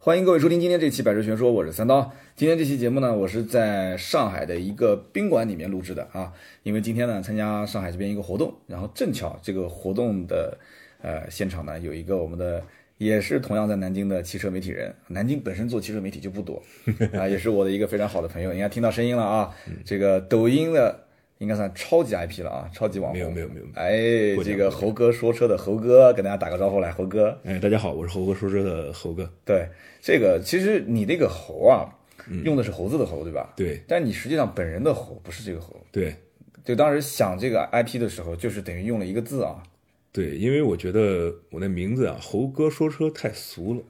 欢迎各位收听今天这期《百车全说》，我是三刀。今天这期节目呢，我是在上海的一个宾馆里面录制的啊，因为今天呢参加上海这边一个活动，然后正巧这个活动的呃现场呢有一个我们的也是同样在南京的汽车媒体人，南京本身做汽车媒体就不多啊，也是我的一个非常好的朋友，应该听到声音了啊，这个抖音的。应该算超级 IP 了啊，超级网红。没有没有没有哎，过奖这过个奖猴哥说车的猴哥跟大家打个招呼来，猴哥。哎，大家好，我是猴哥说车的猴哥。对，这个其实你那个猴啊，用的是猴子的猴，对吧？对但你实际上本人的猴不是这个猴。对就当时想这个 IP 的时候，就是等于用了一个字啊，对，因为我觉得我的名字啊，猴哥说车太俗了。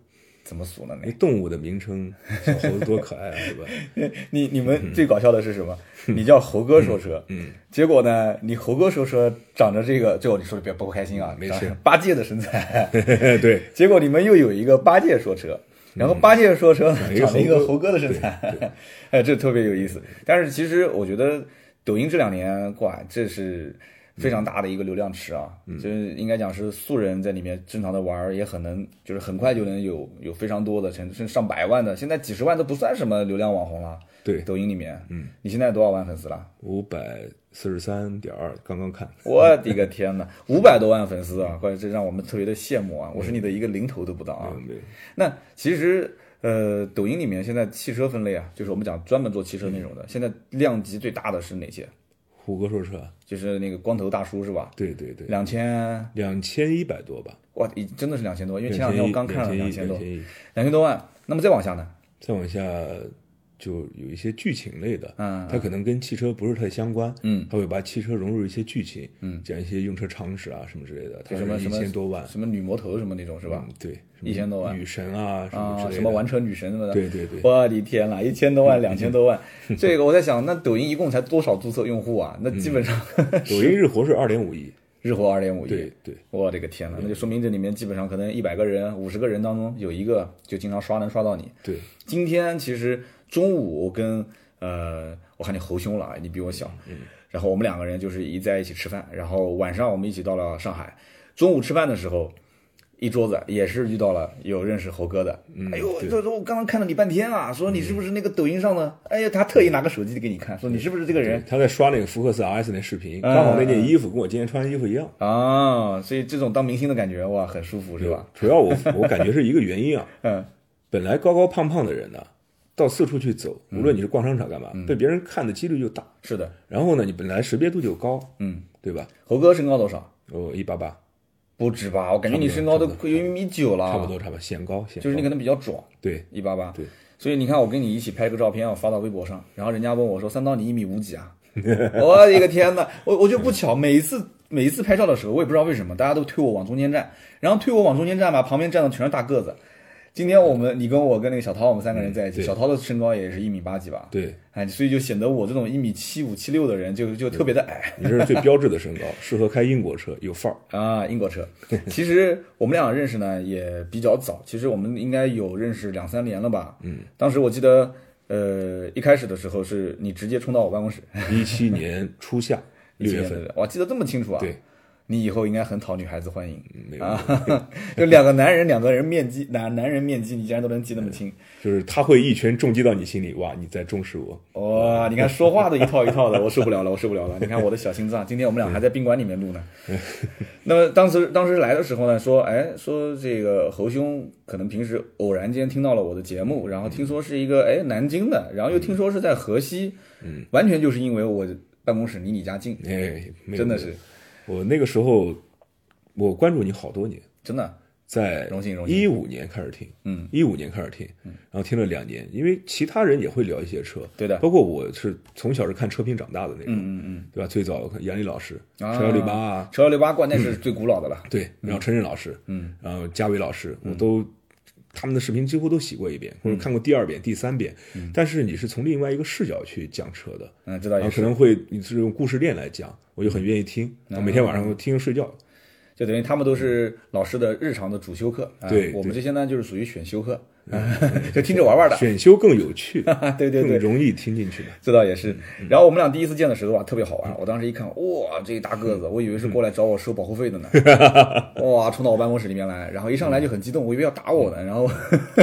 怎么俗了那呢？动物的名称，小猴子多可 爱啊，对吧？ 你你们最搞笑的是什么？你叫猴哥说车，嗯，结果呢，你猴哥说车长着这个，最后你说的别不开心啊，没长事着八戒的身材，哎对，结果你们又有一个八戒说车，然后八戒说车长长一个嗯了一猴个哥猴哥的身材， 哎，这特别有意思。但是其实我觉得抖音这两年过来，这是非常大的一个流量池啊，就是应该讲是素人在里面正常的玩儿，也很能，就是很快就能有有非常多的，甚至上百万的，现在几十万都不算什么流量网红了。对抖音里面，嗯，你现在多少万粉丝 了？五百四十三点二，刚刚看。我的个天呐，五百多万粉丝啊！ 怪这让我们特别的羡慕啊！我是你的一个零头都不到啊！嗯，对，那其实呃，抖音里面现在汽车分类啊，就是我们讲专门做汽车内容嗯的，现在量级最大的是哪些？胡哥说车，啊就是那个光头大叔是吧？对对对，两千两千一百多吧，哇，已真的是两千多，因为前两天两千我一，刚看了两两千千一，多两，千一。两千多万。那么再往下呢？再往下就有一些剧情类的，嗯，它可能跟汽车不是太相关，嗯，它会把汽车融入一些剧情，嗯，讲一些用车常识啊什么之类的，它什么一什么千多万，什么女魔头什么那种是吧？嗯对，什么一千多万女神啊什么之类啊，的，什么玩车女神什么的。对对对我的天啦，一千多万、两千多 万，这个我在想，那抖音一共才多少注册用户啊？那基本上抖音日活是二点五亿， 日活二点五亿。嗯对对我的个天呐，那就说明这里面基本上可能一百个人、五十个人当中有一个就经常刷，能刷到你。对，今天其实中午我跟呃，我喊你侯兄了啊，你比我小，嗯然后我们两个人就是一在一起吃饭，然后晚上我们一起到了上海，中午吃饭的时候。一桌子也是遇到了有认识猴哥的，哎呦，嗯对嗯他说我刚刚看了你半天啊，说你是不是那个抖音上的？哎呀，他特意拿个手机给你看，说你是不是这个人对？他在刷那个福克斯 RS 那视嗯频，刚好那件衣服跟我今天穿的衣服一样，啊，所以这种当明星的感觉哇，很舒服是吧？？主 要我我感觉是一个原因啊，嗯，本来高高胖胖的人呢、到四处去走，嗯无论你是逛商场干嘛，被别人看的几率就大。是的，然后呢，你本来识别度就高，嗯，对吧？猴哥身高多少？哦，一八八，不止吧，我感觉你身高都快有一米九了，差不，多，差不多，显高，显啊高。就是你可能比较壮，对，一八八。对，所以你看，我跟你一起拍个照片，我发到微博上，然后人家问我说：“三刀，你一米五几 啊？”我的个天呐，我我就不巧，每一次每一次拍照的时候，我也不知道为什么，大家都推我往中间站，然后推我往中间站吧，旁边站的全是大个子。今天我们你跟我跟那个小涛，我们三个人在一起，嗯对小涛的身高也是一米八几吧？对，哎，所以就显得我这种一米七五、七六的人就就特别的矮你这是最标志的身高， 适合开英国车，有范儿。啊。英国车， 其实我们俩认识呢也比较早，其实我们应该有认识两三年了吧。嗯，当时我记得，呃，一开始的时候是你直接冲到我办公室，一七年 初夏 六月份，对，我记得这么清楚啊。对，你以后应该很讨女孩子欢迎嗯没有，啊，就两个男人，两个人面基，男男人面基，你竟然都能记那么清。就是他会一拳重击到你心里，哇，你在重视我。哇、你看说话都一套一套的，我受不了了，我受不了了。你看我的小心脏，今天我们俩还在宾馆里面录呢。那么当时当时来的时候呢，说哎说这个侯兄可能平时偶然间听到了我的节目，然后听说是一个哎南京的，然后又听说是在河西，嗯，完全就是因为我办公室离你家近，哎，没有真的没有是我那个时候，我关注你好多年，真的在荣幸荣幸哎一五年开始听，嗯，一五年开始听，然后听了两年，因为其他人也会聊一些车，对的包括我是从小是看车评长大的那种，嗯嗯，对吧？最早看杨丽老师，啊车幺六八啊，车幺六八冠那是最古老的了。对，然后陈震老师，嗯，然后嘉伟老师，嗯我都。他们的视频几乎都洗过一遍，或者看过第二遍、第三遍，但是你是从另外一个视角去讲车的，嗯，这倒然也后可是。嗯啊能会你是用故事链来讲，我就很愿意听，我每天晚上听睡觉，就等于他们都是老师的日常的主修课，啊对我们这些呢就是属于选修课， 就听着玩玩的，选修更有趣， 对对对更，容易听进去吧。这倒也是。嗯然后我们俩第一次见的时候啊，特别好玩。我当时一看，哇，这一大个子，我以为是过来找我收保护费的呢。嗯 哇，冲到我办公室里面来，然后一上来就很激动，我以为要打我呢。然后，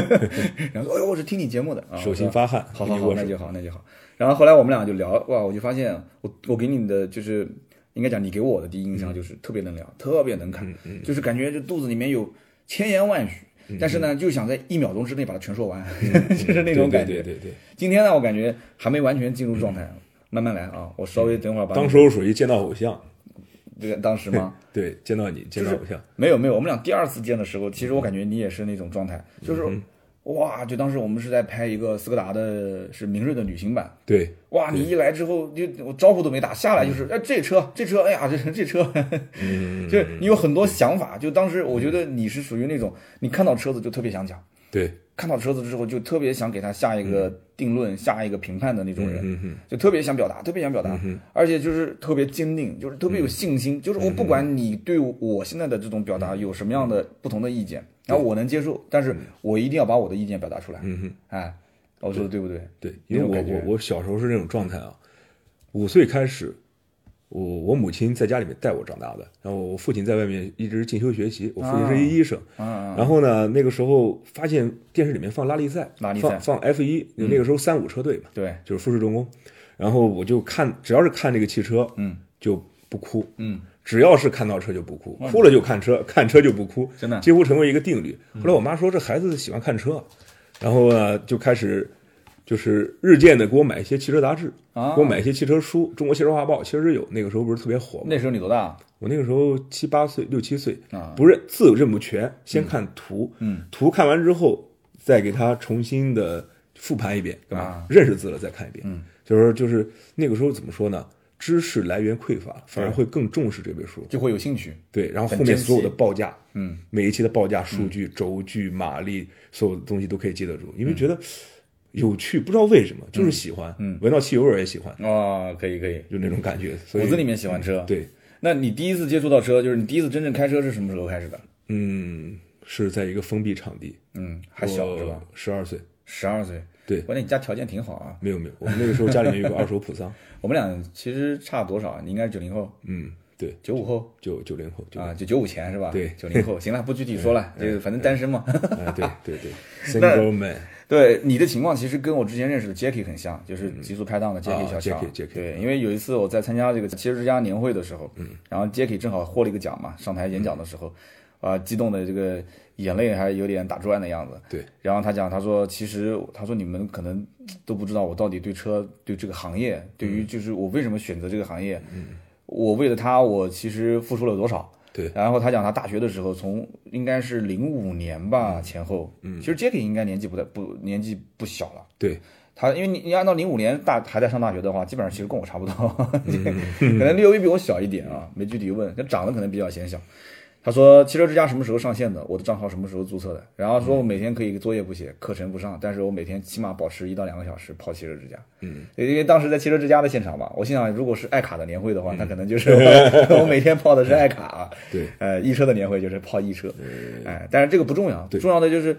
然后说，哎呦，我是听你节目的啊，手心发汗我说好好跟你好，握那手就好，那就好。然后后来我们俩就聊，哇，我就发现我我给你的就是。应该讲，你给我的第一印象就是特别能嗯聊，特别能侃，就是感觉这肚子里面有千言万语，嗯但是呢，就想在一秒钟之内把它全说完， 就是那种对感觉。对对对对，今天呢，我感觉还没完全进入状态，慢慢来啊。我稍微等会儿把当时候属于见到偶像，这个当时 吗？对，见到你，见到偶像，没有没有，我们俩第二次见的时候，其实我感觉你也是那种状态，嗯就是、哇，就当时我们是在拍一个斯柯达的是明锐的旅行版，对，嗯哇，你一来之后就我招呼都没打，下来就是哎这车 这车，哎呀这这车， 就是你有很多想法。就当时我觉得你是属于那种，你看到车子就特别想讲。对，看到车子之后，就特别想给他下一个定论、下一个评判的那种人，就特别想表达，特别想表达，而且就是特别坚定，就是特别有信心。就是我不管你对我现在的这种表达有什么样的不同的意见，然后我能接受，但是我一定要把我的意见表达出来。哎，我说的对不对？对，因那为种我感觉我我小时候是那种状态啊，五岁开始，我我母亲在家里面带我长大的，然后我父亲在外面一直进修学习，我父亲是一医生，啊然后呢，那个时候发现电视里面放拉力赛，拉力赛嗯放放 F 一，那个时候三五车队嘛，对，就是富士重工，然后我就看，只要是看这个汽车，嗯，就不哭，嗯。只要是看到车就不哭，哭了就看车，看车就不哭，真的嗯几乎成为一个定律。后来我妈说这孩子喜欢看车，然后呢就开始就是日渐的给我买一些汽车杂志，啊给我买一些汽车书，《中国汽车画报》其实有，那个时候不是特别火嘛。那时候你多大？我那个时候七八岁，六七岁啊，不认字认不全，先看图，嗯，图看完之后再给它重新的复盘一遍，干嘛？啊认识字了再看一遍，嗯，就是说就是那个时候怎么说呢？知识来源匮乏，反而会更重视这本书。就会有兴趣。对，然后后很珍嗯面惜所有的报价，嗯，每一期的报价数据、轴距、马力，所有的东西都可以记得住，因为嗯觉得有趣，不知道为什么，就是喜欢，嗯，闻到汽油味儿也喜欢，哦，可以可以，就那种感觉，所骨以子里面喜欢车。，对，那你第一次接触到车，就是你第一次真正开车是什么时候开始的？嗯，是在一个封闭场地，嗯，还小是吧？？十二岁，十二岁。对关键你家条件挺好啊。没有没有，我们那个时候家里面有个二手普桑，我们俩其实差多少啊？你应该是九零后、嗯，对，九五后九九零后，就啊，就九五前是吧？对九零后。行了，不具体说 了，就是反正单身嘛。啊，对对 对，single man，对你的情况其实跟我之前认识的 Jacky 很像，就是极速开档的 Jacky 啊小乔。 Jacky，Jacky 对，因为有一次我在参加这个汽车之家年会的时候，嗯，然后 Jacky 正好获了一个奖嘛，上台演讲的时候，啊、激动的这个眼泪还有点打转的样子。嗯对，然后他讲，他说其实他说你们可能都不知道我到底对车、对这个行业，对嗯于就是我为什么选择这个行业，嗯，我为了他我其实付出了多少。对然后他讲他大学的时候，从应该是零五年吧前后，嗯，其实 Jacky 应该年纪不太不年纪不小了。对，他因为你你按照零五年大还在上大学的话，基本上其实跟我差不多， 可能略微比我小一点啊，没具体问，他长得可能比较显小。他说汽车之家什么时候上线的，我的账号什么时候注册的，然后说我每天可以作业不写，课程不上，但是我每天起码保持一到两个小时泡汽车之家。嗯，因为当时在汽车之家的现场嘛，我心想如果是爱卡的年会的话，那可能就是我每天泡的是爱卡啊。对，呃，易车的年会就是泡易车。哎，但是这个不重要，重要的就是。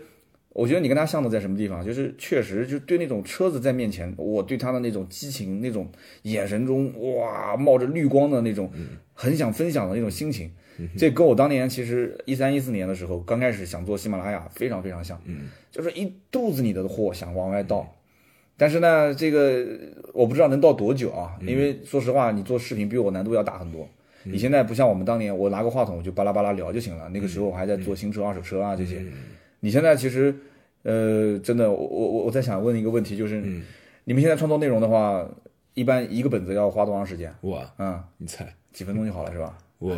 我觉得你跟他像的在什么地方？就是确实就对那种车子在面前，我对他的那种激情、那种眼神中哇冒着绿光的那种，很想分享的那种心情。这跟我当年其实一三一四年的时候刚开始想做喜马拉雅非常非常像，就是一肚子里的货想往外倒。但是呢，这个我不知道能到多久啊，因为说实话，你做视频比我难度要大很多。你现在不像我们当年，我拿个话筒我就巴拉巴拉聊就行了。那个时候我还在做新车、二手车啊这些。你现在其实，呃，真的，我我我我在想问一个问题，就是、你们现在创作内容的话，一般一个本子要花多长时间？哇，嗯，你猜几分钟就好了是吧？我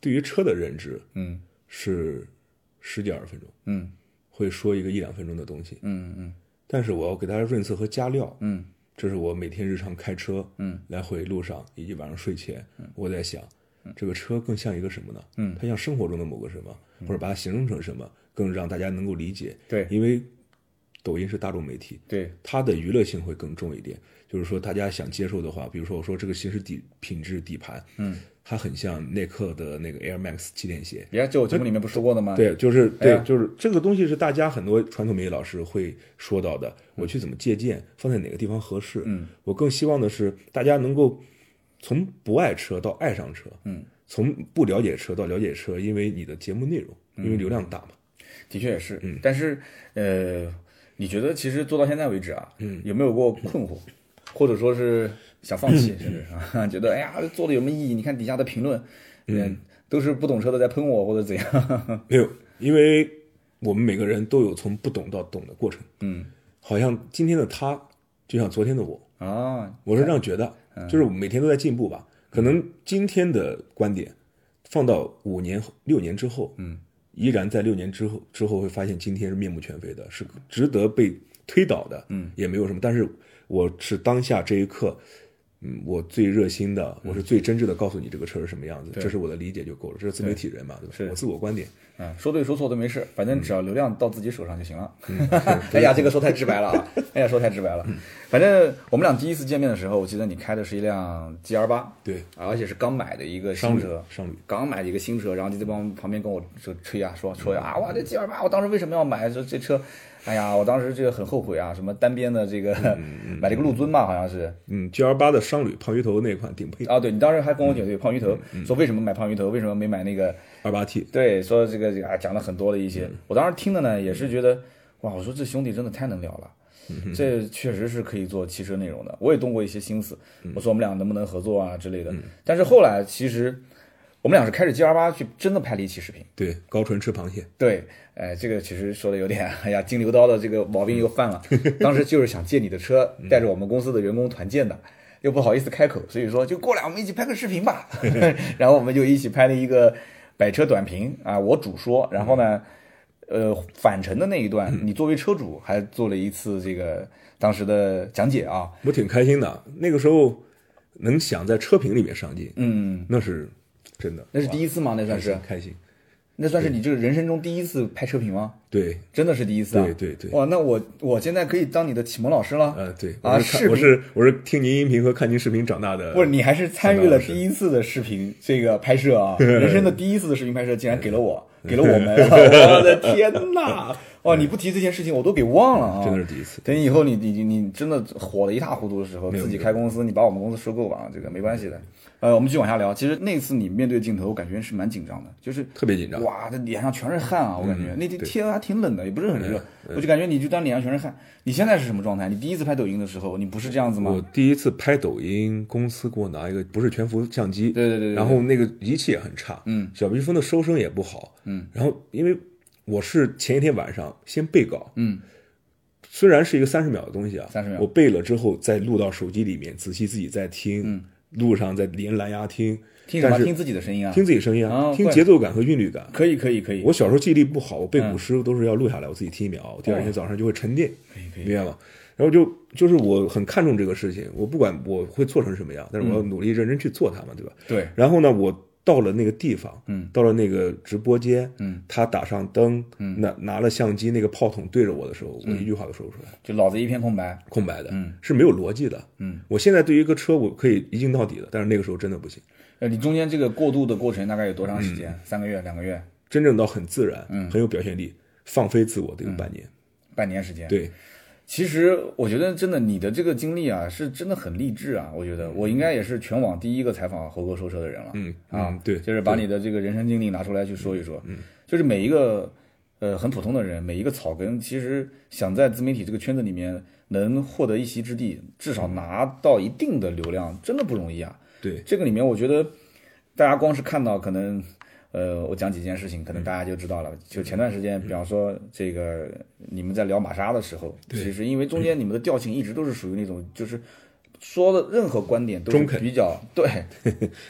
对于车的认知嗯是十几二十分钟，嗯会说一个一两分钟的东西，嗯嗯但是我要给它润色和加料，嗯，这是我每天日常开车，嗯，来回路上以及晚上睡前，嗯我在想，这个车更像一个什么呢？嗯，它像生活中的某个什么，或者把它形容成什么，更让大家能够理解。嗯对因为抖音是大众媒体，对，它的娱乐性会更重一点。就是说，大家想接受的话，比如说我说这个行驶底品质底盘，嗯，它很像耐克的那个 Air Max 气垫鞋。也就我节目里面不说过的吗？对，就是哎对呀，就是这个东西是大家很多传统美语老师会说到的，我去怎么借鉴，放在哪个地方合适。嗯，我更希望的是大家能够从不爱车到爱上车，嗯，从不了解车到了解车，因为你的节目内容，嗯因为流量大嘛。的确也是。但是呃，你觉得其实做到现在为止啊，有没有过困惑，或者说是想放弃，甚至啊， 觉得哎呀做的有什么意义？你看底下的评论，嗯，都是不懂车的在喷我或者怎样。 没有，因为我们每个人都有从不懂到懂的过程。嗯，好像今天的他就像昨天的我，啊，我是这样觉得，就是我们每天都在进步吧。可能今天的观点放到五年后、六年之后，嗯，依然在六年之后之后会发现今天是面目全非的，是值得被推倒的，嗯，也没有什么。但是我是当下这一刻，嗯，我最热心的，我是最真挚的告诉你这个车是什么样子，这是我的理解就够了。这是自媒体人嘛，对吧？我自我观点，嗯，说对说错都没事，反正只要嗯流量到自己手上就行了。 哎呀，这个说太直白了啊！哎呀，说太直白嗯了。 反正我们俩第一次见面的时候，我记得你开的是一辆 G R 八，对，啊而且是刚买的一个商新旅车，商旅，刚买了一个新车，然后就在帮旁边跟我就吹啊，说嗯说啊，哇，这 G 二八，我当时为什么要买？说这车，哎呀，我当时这个很后悔啊，什么单边的这个、 买了个陆尊吧，好像是嗯，G L 八的商旅胖鱼头那款顶配啊，对你当时还跟我讲嗯对胖鱼头，说为什么买胖鱼头，为什么没买那个？二八 T，对，说这个这个啊，讲了很多的一些，我当时听的呢也是觉得，哇，我说这兄弟真的太能聊了。这确实是可以做汽车内容的，我也动过一些心思，我说我们俩能不能合作啊之类的。但是后来其实我们俩是开着 G R 八去真的拍了一期视频，对，高淳吃螃蟹，对，哎，这个其实说的有点，哎呀，金牛刀的这个毛病又犯了。嗯当时就是想借你的车，带着我们公司的员工团建的，又不好意思开口，所以说就过来，我们一起拍个视频 吧。然后我们就一起拍了一个百车短评啊，我主说，然后呢，呃，返程的那一段，嗯你作为车主还做了一次这个当时的讲解啊，我挺开心的。那个时候能想在车评里面上镜，嗯，那是真的，那是第一次吗？那算是很，开心。那算是你这个人生中第一次拍车评吗？对，真的是第一次啊！对对对哇，那我我现在可以当你的启蒙老师了。呃，对，啊我视是频看我是我是听您音频和看您视频长大的。不是，你还是参与了第一次的视频这个拍摄 啊，人生的第一次的视频拍摄，竟然给了我，给了我们，啊我的天 呐！哇，你不提这件事情，我都给忘了啊！真的是第一次。等以后你你你你真的火的一塌糊涂的时候，自己开公司，你把我们公司收购吧，这个没关系的。呃，我们继续往下聊。其实那次你面对镜头，我感觉是蛮紧张的，就是特别紧张嗯哇，这脸上全是汗啊！我感觉、那天天还挺冷的，也不是很热，我就感觉你就当脸上全是汗。你现在是什么状态？你第一次拍抖音的时候，你不是这样子我吗？第一次拍抖音，公司给我拿一个不是全幅相机，对对对对然后那个仪器也很差，嗯，小蜜蜂的收声也不好，嗯，然后因为我是前一天晚上先背稿，嗯，虽然是一个三十秒的东西啊， 30秒我背了之后再录到手机里面，仔细自己再听，嗯路上再连蓝牙听，听什但么？是听自己的声音啊？听自己声音哦啊，听怪节奏感和韵律感。可以嗯可以可以，我小时候记忆力不好，我背古诗都是要录下来，我自己听一秒，第二哦天早上就会沉淀，明白吗？然后就就是我很看重这个事情，我不管我会做成什么样，但嗯是我要努力认真去做它嘛，对吧？对，然后呢，我到了那个地方，嗯，到了那个直播间，嗯，他打上灯，嗯，拿拿了相机那个炮筒对着我的时候，我一句话都说不出来，就脑子一片空白。空白的，嗯，是没有逻辑的，嗯，我现在对于一个车我可以一镜到底的，但是那个时候真的不行，呃，你中间这个过渡的过程大概有多长时间？嗯三个月、两个月、真正到很自然，嗯，很有表现力，放飞自我得有嗯半年，半年时间？对，其实我觉得真的，你的这个经历啊，是真的很励志啊！我觉得我应该也是全网第一个采访猴哥说车的人了。嗯啊嗯，对就是把你的这个人生经历拿出来去说一说。嗯，就是每一个呃很普通的人，每一个草根，其实想在自媒体这个圈子里面能获得一席之地，至少嗯拿到一定的流量，真的不容易啊。对，这个里面我觉得大家光是看到可能。呃，我讲几件事情，可能大家就知道嗯了。就前段时间，比方说这个你们在聊玛莎的时候，其实因为中间你们的调性一直都是属于那种，就是说的任何观点都是中肯比较 对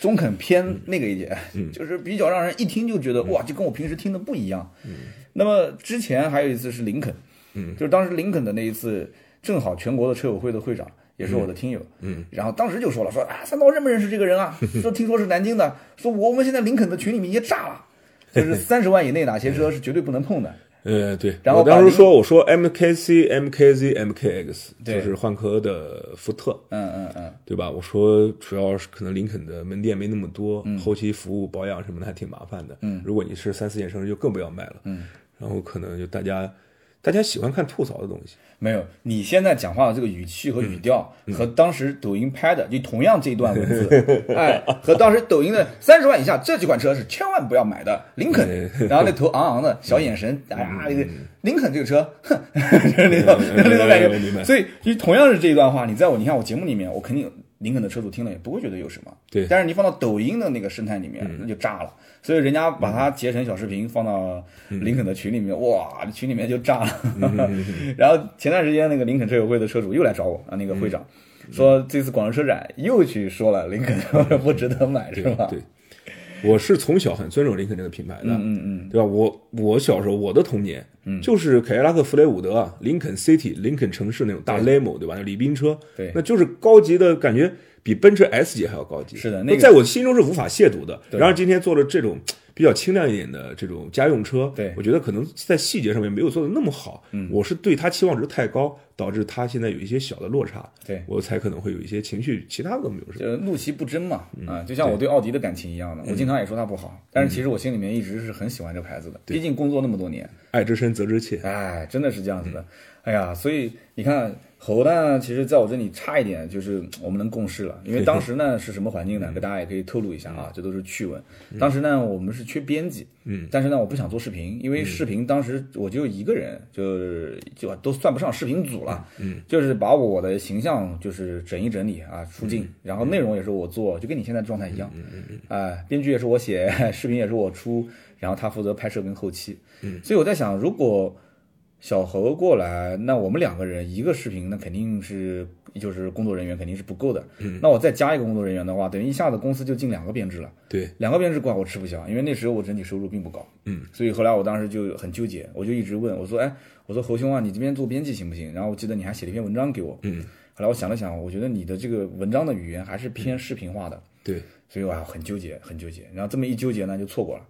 中肯偏那个一点，嗯就是比较让人一听就觉得哇，就跟我平时听的不一样。嗯那么之前还有一次是林肯，就是当时林肯的那一次，正好全国的车友会的会长也是我的听友，嗯，然后当时就说了，说啊，三刀认不认识这个人 啊？说听说是南京的，说我们现在林肯的群里面也炸了，就是三十万以内哪些车是绝对不能碰的。呃，对，然后我当时把说，我说 MKC、MKZ、MKX，对就是换科的福特，嗯嗯嗯，对吧？我说主要是可能林肯的门店没那么多，嗯后期服务保养什么的还挺麻烦的。嗯，如果你是三四线城市，就更不要卖了。嗯，然后可能就大家大家喜欢看吐槽的东西，没有，你现在讲话的这个语气和语调，嗯和当时抖音拍的就同样这一段文 字，哎，和当时抖音的三十万以下这几款车是千万不要买的，林肯，嗯然后那头昂昂的小眼神，哎呀，那个林肯这个车，哼，就是 那种嗯那种感明白觉，所以就同样是这一段话，你在我你看我节目里面，我肯定林肯的车主听了也不会觉得有什么，对但是你放到抖音的那个生态里面，那就炸了。所以人家把它截成小视频放到林肯的群里面，哇，群里面就炸了。 然后前段时间那个林肯车友会的车主又来找我啊，那个会长说这次广州车展又去说了林肯不值得买是对吧？对。我是从小很尊重林肯这个品牌的，嗯嗯，对吧？我我小时候我的童年，嗯，就是凯迪拉克弗雷伍德啊，林肯 City、林肯城市那种大 limo，对吧？那礼宾车，对那就是高级的感觉，比奔驰 S 级还要高级。是的那个在我心中是无法亵渎的。然而今天做了这种比较轻量一点的这种家用车，对我觉得可能在细节上面没有做的那么好，嗯，我是对它期望值太高，导致它现在有一些小的落差，对我才可能会有一些情绪，其他的没有什么。就是怒其不争嘛，啊，就像我对奥迪的感情一样的，我经常也说它不好，但是其实我心里面一直是很喜欢这个牌子的，毕竟工作那么多年，爱之深，责之切。哎，真的是这样子的。哎呀，所以你看猴呢，其实在我这里差一点，就是嗯我们能共事了，因为当时呢是什么环境呢？给大家也可以透露一下啊，这都是趣闻。当时呢，我们是缺编辑，嗯，但是呢，我不想做视频，因为视频当时我就一个人，就是就都算不上视频组了，嗯，就是把我的形象就是整一整理啊，出镜，然后内容也是我做，就跟你现在状态一样，啊，编剧也是我写， 视频也是我出，然后他负责拍摄跟后期，嗯，所以我在想，如果小侯过来，那我们两个人一个视频，那肯定是就是工作人员肯定是不够的。嗯，那我再加一个工作人员的话，等于一下子公司就进两个编制了。对，两个编制挂我吃不消，因为那时候我整体收入并不高。嗯，所以后来我当时就很纠结，我就一直问我说：“哎，我说侯兄啊，你这边做编辑行不行？”然后我记得你还写了一篇文章给我。嗯，后来我想了想，我觉得你的这个文章的语言还是偏视频化的。对，所以我还很纠结，很纠结。然后这么一纠结呢，就错过了。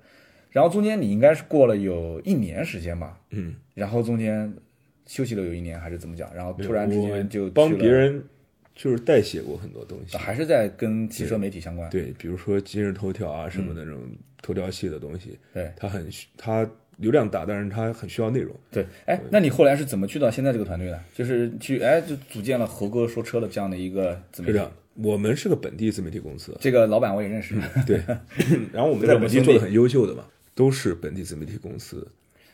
然后中间你应该是过了有一年时间吧，嗯，然后中间休息了有一年还是怎么讲？然后突然之间就我帮去了呃别，人就是代写过很多东西，还是在跟汽车媒体相关。对，比如说今日头条啊什么那种头条系的东西，嗯对它很需它流量大，但是它很需要内容。对，哎，那你后来是怎么去到现在这个团队的？就是去哎，就组建了猴哥说车的这样的一个自媒是这体样。，我们是个本地自媒体 公司，这个老板我也认识， 对，然后我们都是在我本们地兄弟做的很优秀的嘛，都是本地自媒体公司，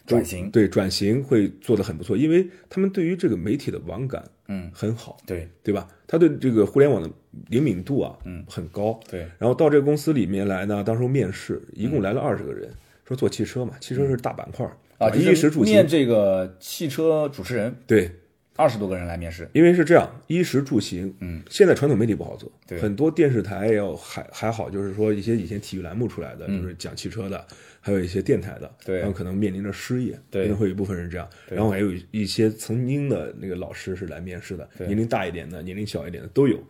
转型。对转型会做的很不错，因为他们对于这个媒体的网感，嗯，很好，对对吧？他对这个互联网的灵敏度啊，嗯，很高。对，然后到这个公司里面来呢，当时面试，一嗯共来了二十个人，说做汽车嘛，汽车是大板块儿啊，衣就食是住面行，这个汽车主持人，对。二十多个人来面试。因为是这样，衣食住行，嗯，现在传统媒体不好做，对很多电视台也有还还好，就是说一些以前体育栏目出来的，就是讲汽车的，还有一些电台的，嗯对然后可能面临着失业，对可能会有一部分人这样，然后还有一些曾经的那个老师是来面试的，年龄大一点的，年龄小一点的都有，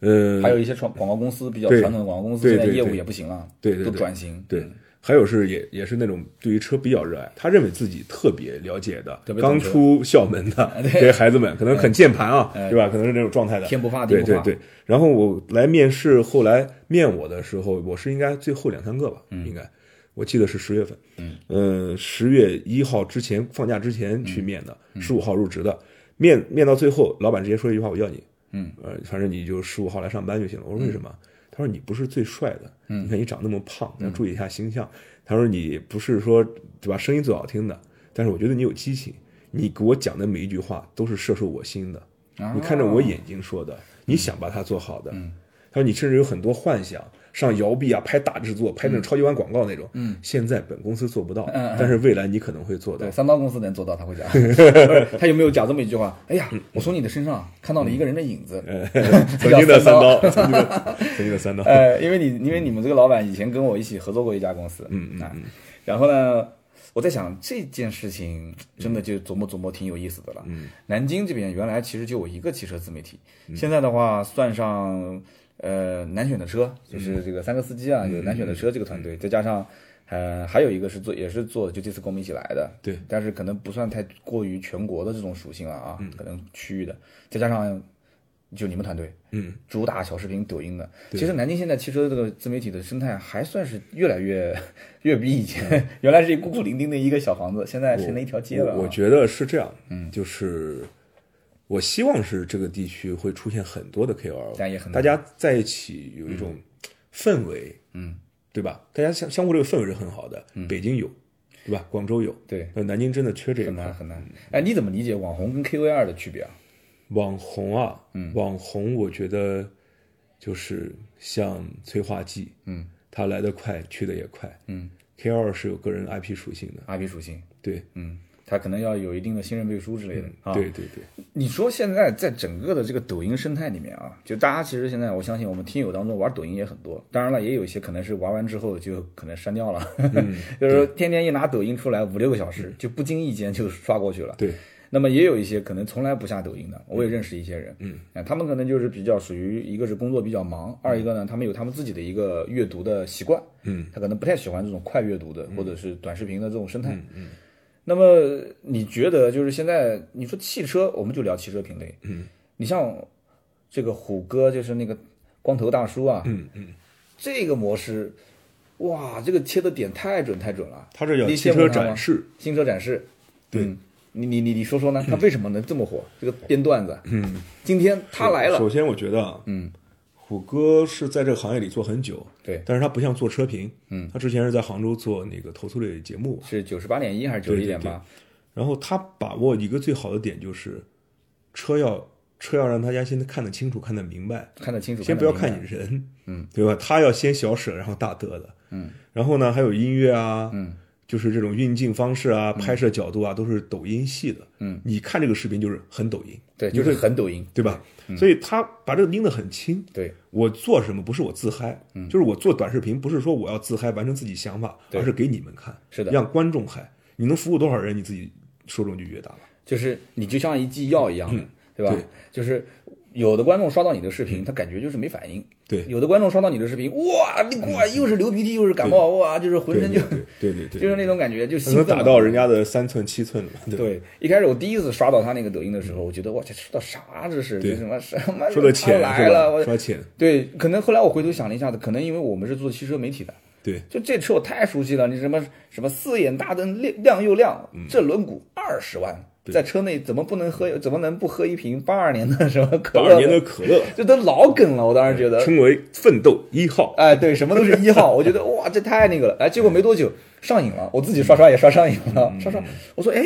呃，还有一些传广告公司比较对传统的广告公司，对现在对业务对也不行了，对对都对转型，对，还有是也也是那种对于车比较热爱，他认为自己特别了解的特，别懂刚车哎出校门的这些孩子们，可能很键盘啊，对吧？可能是那种状态的，天不怕地对不对怕对。然后我来面试，后来面我的时候，我是应该最后两三个吧，嗯应该我记得是十月份，嗯，呃，十月一号之前放假之前嗯去面的，十五号入职的，面面到最后，老板直接说一句话，我要你，嗯，呃，反正你就十五号来上班就行了。我说为什么？他说你不是最帅的，你看你长那么胖，要注意一下形象。他说你不是说对吧，声音最好听的，但是我觉得你有激情，你给我讲的每一句话都是射入我心的，你看着我眼睛说的，你想把它做好的。他说你甚至有很多幻想。上摇臂啊，拍大制作，拍那种超级碗广告那种。嗯，现在本公司做不到，但是未来你可能会做到对，。三刀公司能做到，他会讲。不是他有没有讲这么一句话？哎呀，我从你的身上看到了一个人的影子。曾经的叫三三刀刀，曾经的曾经的三刀。呃，因为你 因为你们这个老板以前跟我一起合作过一家公司，嗯啊，然后呢，我在想这件事情真的就琢磨琢磨，挺有意思的了。嗯，南京这边原来其实就我一个汽车自媒体，现在的话算嗯上呃难选的车，就是这个三个司机啊，有难选的车这个团队，再加上。呃，还有一个是做也是做，就这次跟我们一起来的，对，但是可能不算太过于全国的这种属性了啊，可能区域的，再加上就你们团队，嗯，主打小视频、抖音的。其实南京现在汽车这个自媒体的生态还算是越来越越比以前，原来是一孤苦伶仃的一个小房子，现在成了一条街了、啊我。我觉得是这样，嗯，就是我希望是这个地区会出现很多的 KOL，但也很大家在一起有一种氛围，嗯，对吧？大家相相互这个氛围是很好的，北京有，对吧？广州有，对，那南京真的缺这一很块难。很嗯难。哎，你怎么理解网红跟 KOL 的区别啊？网红啊，嗯网红，我觉得就是像催化剂，嗯，它来得快，去得也快，嗯，K 二是有个人 IP 属性的， ，IP 属性，对，嗯，它可能要有一定的信任背书之类的啊。嗯对对对，你说现在在整个的这个抖音生态里面啊，就大家其实现在我相信我们听友当中玩抖音也很多，当然了，也有一些可能是玩完之后就可能删掉了， 就是说天天一拿抖音出来五六个小时，就不经意间就刷过去了。对，那么也有一些可能从来不下抖音的，我也认识一些人，嗯，他们可能就是比较属于一个是工作比较忙，二一个呢，他们有他们自己的一个阅读的习惯，嗯，他可能不太喜欢这种快阅读的或者是短视频的这种生态，嗯。那么你觉得就是现在你说汽车，我们就聊汽车品类，嗯，你像这个虎哥就是那个光头大叔啊，嗯嗯，这个模式，哇，这个切的点太准太准了，它这叫你汽羡慕车它吗展示，新车展示，对嗯你你你你说说呢？他为什么能这么火？这个编段子，嗯，今天他来了，首先，我觉得，嗯，虎哥是在这个行业里做很久，对但是他不像做车评，嗯，他之前是在杭州做那个投诉类节目，是九十八点一还是九十一点八？然后他把握一个最好的点就是，车要车要让大家先看得清楚，看得明白，看得清楚，先不要看看得明你人，嗯，对吧？他要先小舍，然后大得的，嗯，然后呢，还有音乐啊，嗯。就是这种运镜方式嗯啊，拍摄角度啊，都是抖音系的。嗯，你看这个视频就是很抖音，白，对，就是嗯很抖音，对吧？所以他把这个拎得很清。对，我做什么不是我自嗨，嗯就是我做短视频不是说我要自嗨完成自己想法，而是给你们看，是的让观众嗨。你能服务多少人，你自己受众就越大了。就是你就像一剂药一样的，对吧？嗯对嗯就是有的观众刷到你的视频，他感觉就是没反应。对嗯有的观众刷到你的视频，哇，你哇，又是流鼻涕，又是感冒，哇，就是浑身就对对对，就是那种感觉，就他兴能奋打了到人家的三寸七寸了，对吧嗯对，一开始我第一次刷到他那个抖音的时候，我觉得哇，这说到啥啊这是？对这什么什么？说的他浅来啊是了，吧？我说浅，对，可能后来我回头想了一下子，可能因为我们是做汽车媒体的，对就这车我太熟悉了。你什么什么四眼大灯亮亮又亮，嗯这轮毂二十万，在车内怎么不能喝？怎么能不喝一瓶八二年的什么可八乐？二年的 可乐，这都老梗了，我当时觉得。称为奋斗一号。 哎，对，什么都是一号，我觉得哇，这太那个了。哎，结果没多久上瘾了，我自己刷刷也刷上瘾了，嗯刷刷，我说哎，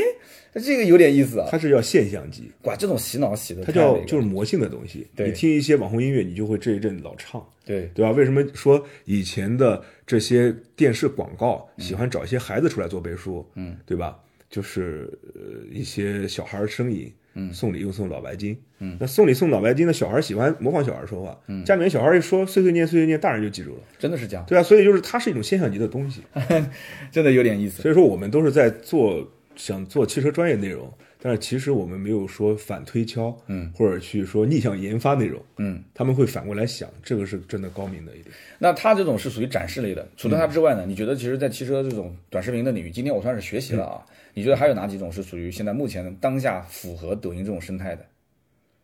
这个有点意思啊。它是叫现象级，哇，这种洗脑洗的，它叫就是魔性的东西。对你听一些网红音乐，你就会这一阵老唱。对对吧？为什么说以前的这些电视广告喜欢找一些孩子出来做背书？嗯，对吧？就是呃一些小孩儿声音，嗯，送礼又送脑白金，嗯，那送礼送脑白金的小孩儿喜欢模仿小孩儿说话，嗯，家里面小孩儿一说碎碎念碎碎念，大人就记住了，真的是这样，对啊，所以就是它是一种现象级的东 西，真的有点意思。所以说我们都是在做想做汽车专业内容，但是其实我们没有说反推敲，嗯，或者去说逆向研发内容，嗯，他们会反过来想，这个是真的高明的一点。那它这种是属于展示类的，除了嗯它之外呢？你觉得其实，在汽车这种短视频的领域，今天我算是学习了啊。嗯你觉得还有哪几种是属于现在目前当下符合抖音这种生态的？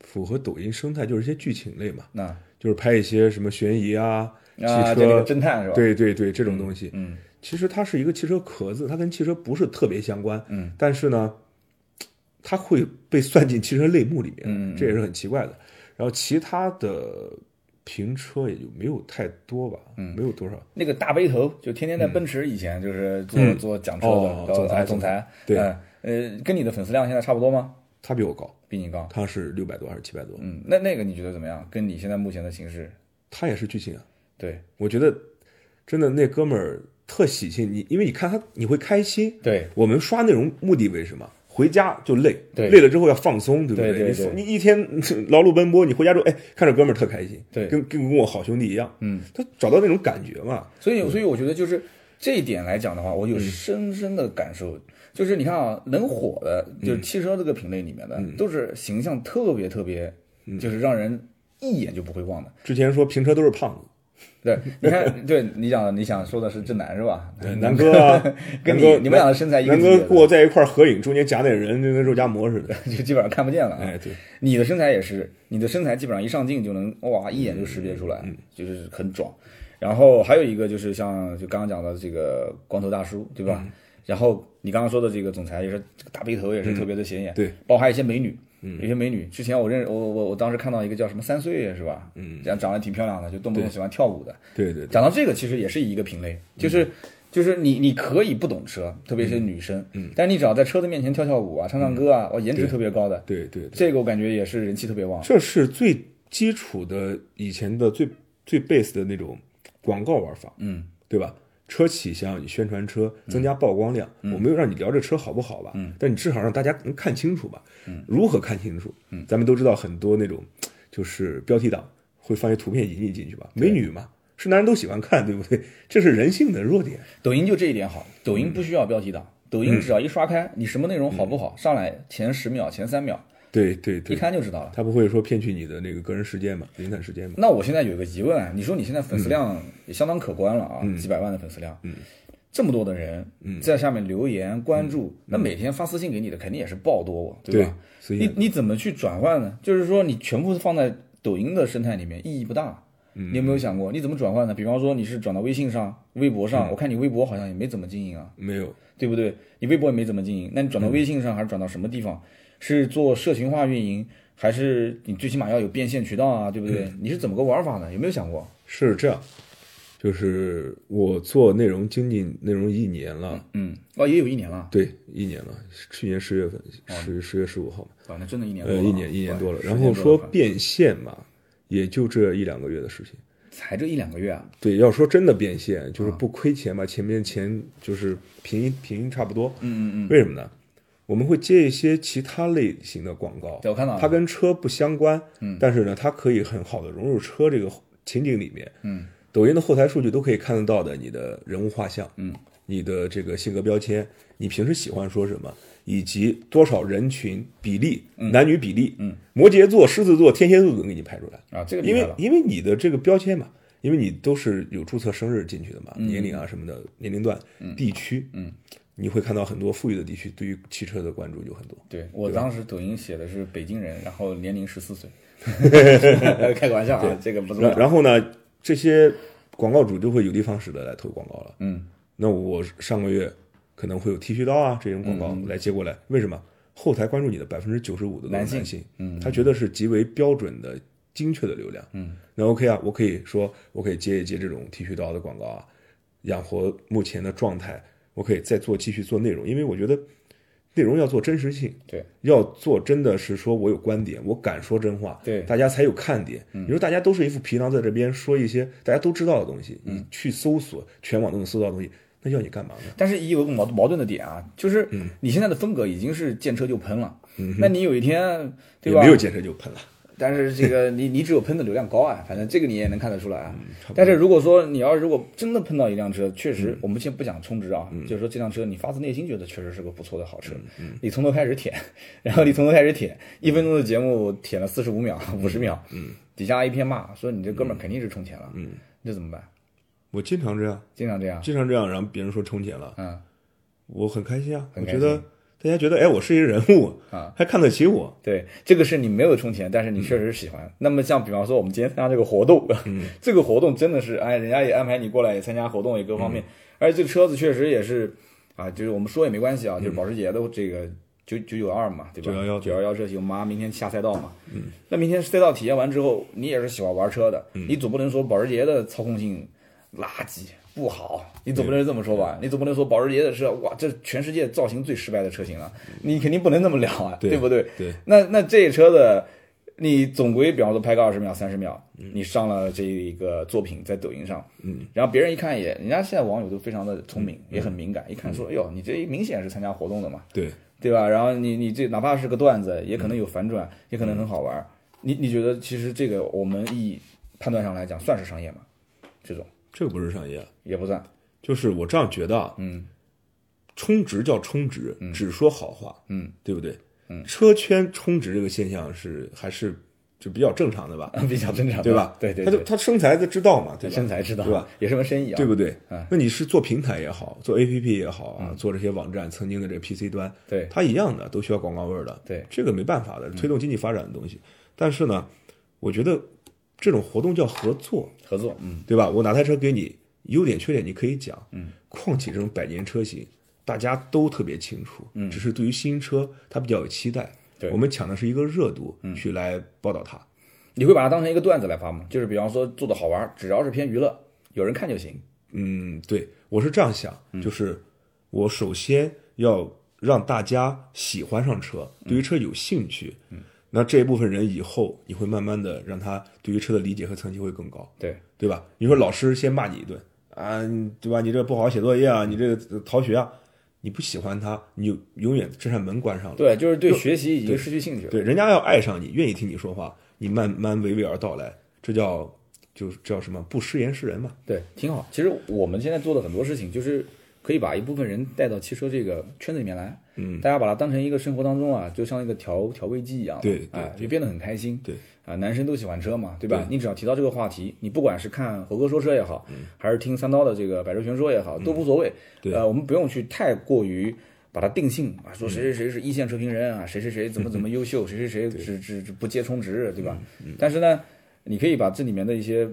符合抖音生态就是一些剧情类嘛，那就是拍一些什么悬疑啊、汽啊，这车个、侦探是吧？，对对对这种东西。嗯，其实它是一个汽车壳子，它跟汽车不是特别相关。嗯，但是呢，它会被算进汽车类目里面，嗯这也是很奇怪的。然后其他的评车也就没有太多吧，嗯，没有多少。那个大背头就天天在奔驰以前就是做、做讲车嗯哦的，总裁裁总裁，对嗯呃，跟你的粉丝量现在差不多吗？它比我高，比你高。它是六百多还是七百多？嗯，那那个你觉得怎么样？跟你现在目前的形势，它也是剧情啊。对我觉得真的那哥们儿特喜庆，你因为你看他你会开心，对我们刷内容目的为什么？回家就累，对累了之后要放松，对不对对对你你一天 嗯劳碌奔波，你回家之后，哎，看着哥们儿特开心，对跟跟跟我好兄弟一样，嗯，他找到那种感觉嘛，所以，所以我觉得就是这一点来讲的话，我有深深的感受，就是你看啊，能火的，就是汽车这个品类里面的，都是形象特别特别，就是让人一眼就不会忘的。之前说评车都是胖子，对，你看，对你讲的，你想说的是正南是吧？南哥啊，跟南你哥你们俩的啊身材一个南级哥别跟我在一块儿合影，中间夹点人，就跟肉夹馍似 的。 的，就基本上看不见了。啊哎，，对，你的身材也是，你的身材基本上一上镜就能哇一眼就识别出来，就是很壮。然后还有一个就是像就刚刚讲的这个光头大叔，对吧？然后你刚刚说的这个总裁也是这个大背头，也是特别的显眼。对，包含一些美女，有些美女之前我认我我我当时看到一个叫什么三岁是吧？嗯，这样长得挺漂亮的，就动不动喜欢跳舞的。对对讲到这个，其实也是一个品类，就是、就是你你可以不懂车，特别是女生，嗯嗯，但你只要在车子面前跳跳舞啊、唱唱歌啊，哇、颜值特别高的，对对对，这个我感觉也是人气特别旺。这是最基础的以前的最最 base 的那种广告玩法，嗯，对吧？车企想让你宣传车，增加曝光量，我没有让你聊这车好不好吧？嗯，但你至少让大家能看清楚吧？嗯，如何看清楚？嗯，咱们都知道很多那种就是标题党会放些图片引你进去吧？美女嘛，是男人都喜欢看，对不对？ 这是人性的弱点。抖音就这一点好，抖音不需要标题党，嗯抖音只要一刷开，你什么内容好不好，上来前十秒、前三秒对嗯对一对，看就知道了。他不会说骗取你的那个个人时间嘛，灵感时间嘛？那我现在有一个疑问啊，你说你现在粉丝量也相当可观了啊，嗯几百万的粉丝量，这么多的人在下面留言关注，那每天发私信给你的肯定也是爆多啊，嗯对吧？，所以你你怎么去转换呢？就是说你全部放在抖音的生态里面意义不大。嗯你有没有想过你怎么转换呢？比方说你是转到微信上、微博嗯上，我看你微博好像也没怎么经营啊，没有对不对？你微博也没怎么经营，那你转到微信上还是转到什么地方？是做社群化运营，还是你最起码要有变现渠道啊，对不对？嗯你是怎么个玩法呢？有没有想过？是这样，就是我做内容经济内容一年了，嗯，哦，也有一年了，对，一年了，去年十月份，十十月十五号嘛，啊，那真的哦一年多呃，了啊，一年一年哇多了。时然间后过得说快变现嘛，也就这一两个月的事情。才这一两个月啊，对，要说真的变现，就是不亏钱吧，前面钱就是平平差不多。嗯嗯嗯，为什么呢？我们会接一些其他类型的广告，对我看到了啊它跟车不相关，啊嗯，但是呢，它可以很好的融入车这个情景里面，嗯，抖音的后台数据都可以看得到的，你的人物画像，嗯，你的这个性格标签，你平时喜欢说什么，以及多少人群比例，男女比例，嗯，摩羯座、狮子座、天蝎座都能给你排出来，啊，这个厉因害为了，因为你的这个标签嘛，因为你都是有注册生日进去的嘛，年龄啊什么的，年龄段、地区，嗯，你会看到很多富裕的地区对于汽车的关注就很多。对我当时抖音写的是北京人，然后年龄十四岁， 开个玩笑啊，这个不重然要。然后呢，这些广告主就会有的放矢的来投广告了。嗯，那我上个月可能会有剃须刀啊这种广告来接过来，为什么？后台关注你的百分之九十五的都是嗯男男性性，嗯，他觉得是极为标准的、精确的流量，嗯，那 OK 啊，我可以说我可以接一接这种剃须刀的广告啊，养活目前的状态，我可以再做继续做内容，因为我觉得内容要做真实性，对，要做真的是说我有观点，我敢说真话，对嗯大家才有看点。你说大家都是一副皮囊在这边说一些大家都知道的东西，你去搜索，全网都能搜到的东西，那要你干嘛呢？但是也有个矛矛盾的点啊，就是你现在的风格已经是见车就喷了，那你有一天对也吧没？有健身就喷了，但是这个你你只有喷的流量高啊，反正这个你也能看得出来啊。但是如果说你要如果真的碰到一辆车，确实我们先不讲充值啊，就是说这辆车你发自内心觉得确实是个不错的好车，你从头开始舔， 然后你从头开始舔，一分钟的节目舔了四十五秒、五十秒，底下一片骂说你这哥们儿肯定是充钱了，那怎么办？我经常这样，经常这样，经常这样，然后别人说充钱了，嗯，我很开心啊，很我开心觉得大家觉得哎，我是一人物啊，还看得起我，对，这个是你没有充钱，但是你确实喜欢。那么像比方说我们今天参加这个活动， 这个活动真的是，哎，人家也安排你过来也参加活动，也各方面，而且这个车子确实也是，啊，就是我们说也没关系啊，就是保时捷的这个九九九二嘛，对吧？ 911九幺幺车型，我妈明天下赛道嘛，嗯，那明天赛道体验完之后，你也是喜欢玩车的，你总不能说保时捷的操控性垃圾不好，你总不能这么说吧？你总不能说保时捷的车，哇，这全世界造型最失败的车型了，你肯定不能这么聊啊，嗯对不对？对，那那这车子，你总归比方说拍个二十秒、三十秒，嗯你上了这一个作品在抖音上，嗯，然后别人一看也，人家现在网友都非常的聪明，嗯也很敏感，一看说，哎呦，你这明显是参加活动的嘛，对，对吧？然后你你这哪怕是个段子，也嗯可能有反转，也可能很好玩儿。你你觉得其实这个我们以判断上来讲，算是商业吗？这种这个不是商业，啊也不算， 就是我这样觉得，嗯，充值叫充值，只说好话，嗯，对不对？嗯，车圈充值这个现象是还是就比较正常的吧，比较正常，对吧？嗯对对，他就对他生财他知道嘛，对吧？身材知道对吧？也是门生意啊，嗯对不对？那你是做平台也好，做 APP 也好啊，做这些网站，曾经的这个 PC 端，对它一样的都需要广告位儿的，对嗯这个没办法的，推动经济发展的东西。但是呢，我觉得这种活动叫合作，合作，嗯，对吧？我拿台车给你，优点缺点你可以讲，嗯，况且这种百年车型大家都特别清楚，嗯，只是对于新车它比较有期待，对我们抢的是一个热度去来报道它，你会把它当成一个段子来发吗？就是比方说做的好玩，只要是偏娱乐，有人看就行。嗯，对，我是这样想，就是我首先要让大家喜欢上车，对于车有兴趣。嗯，那这一部分人以后，你会慢慢的让他对于车的理解和层级会更高，对，对吧？你说老师先骂你一顿啊，你对吧？你这不好好写作业啊，你这个逃学啊，你不喜欢他，你就永远这扇门关上了。对，就是对学习已经失去兴趣了。对，人家要爱上你，愿意听你说话，你慢慢娓娓而道来，这叫就是叫什么？不失言是人嘛。对，挺好。其实我们现在做的很多事情，就是可以把一部分人带到汽车这个圈子里面来。嗯，大家把它当成一个生活当中啊，就像一个调调味剂一样。对对哎，就变得很开心。对，啊，男生都喜欢车嘛，对吧？你只要提到这个话题，你不管是看猴哥说车也好，还是听三刀的这个百车全说也好，都无所谓。嗯对嗯呃，我们不用去太过于。把它定性啊，说谁谁谁是一线车评人啊，谁谁谁怎 么怎么优秀，谁谁谁只只只不接充值，对吧？嗯但是呢，你可以把这里面的一些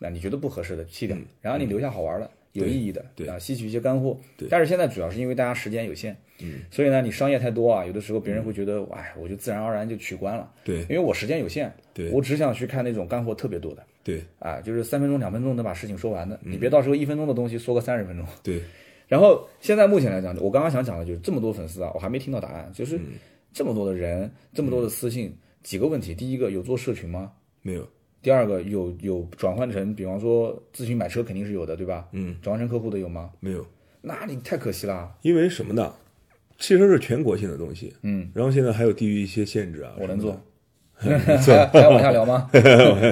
那你觉得不合适的弃掉，然后你留下好玩的、有意义的，嗯对啊，吸取一些干货。但是现在主要是因为大家时间有限，嗯，所以呢，你商业太多啊，有的时候别嗯人会觉得，哎，我就自然而然就取关了，对因为我时间有限，对我只想去看那种干货特别多的，对嗯啊，就是三分钟、两分钟能把事情说完的，你别到时候一分钟的东西说个三十分钟。对然后现在目前来讲，我刚刚想讲的就是这么多粉丝啊，我还没听到答案，就是嗯这么多的人，这么多的私信，几个问题，第一个有做社群吗？没有。第二个有有转换成，比方说咨询买车肯定是有的，对吧？嗯，转换成客户的有吗？没有，那你太可惜啦。因为什么呢？汽车是全国性的东西，嗯，然后现在还有地域一些限制啊。我能什么做的，，还要 还要往下聊吗？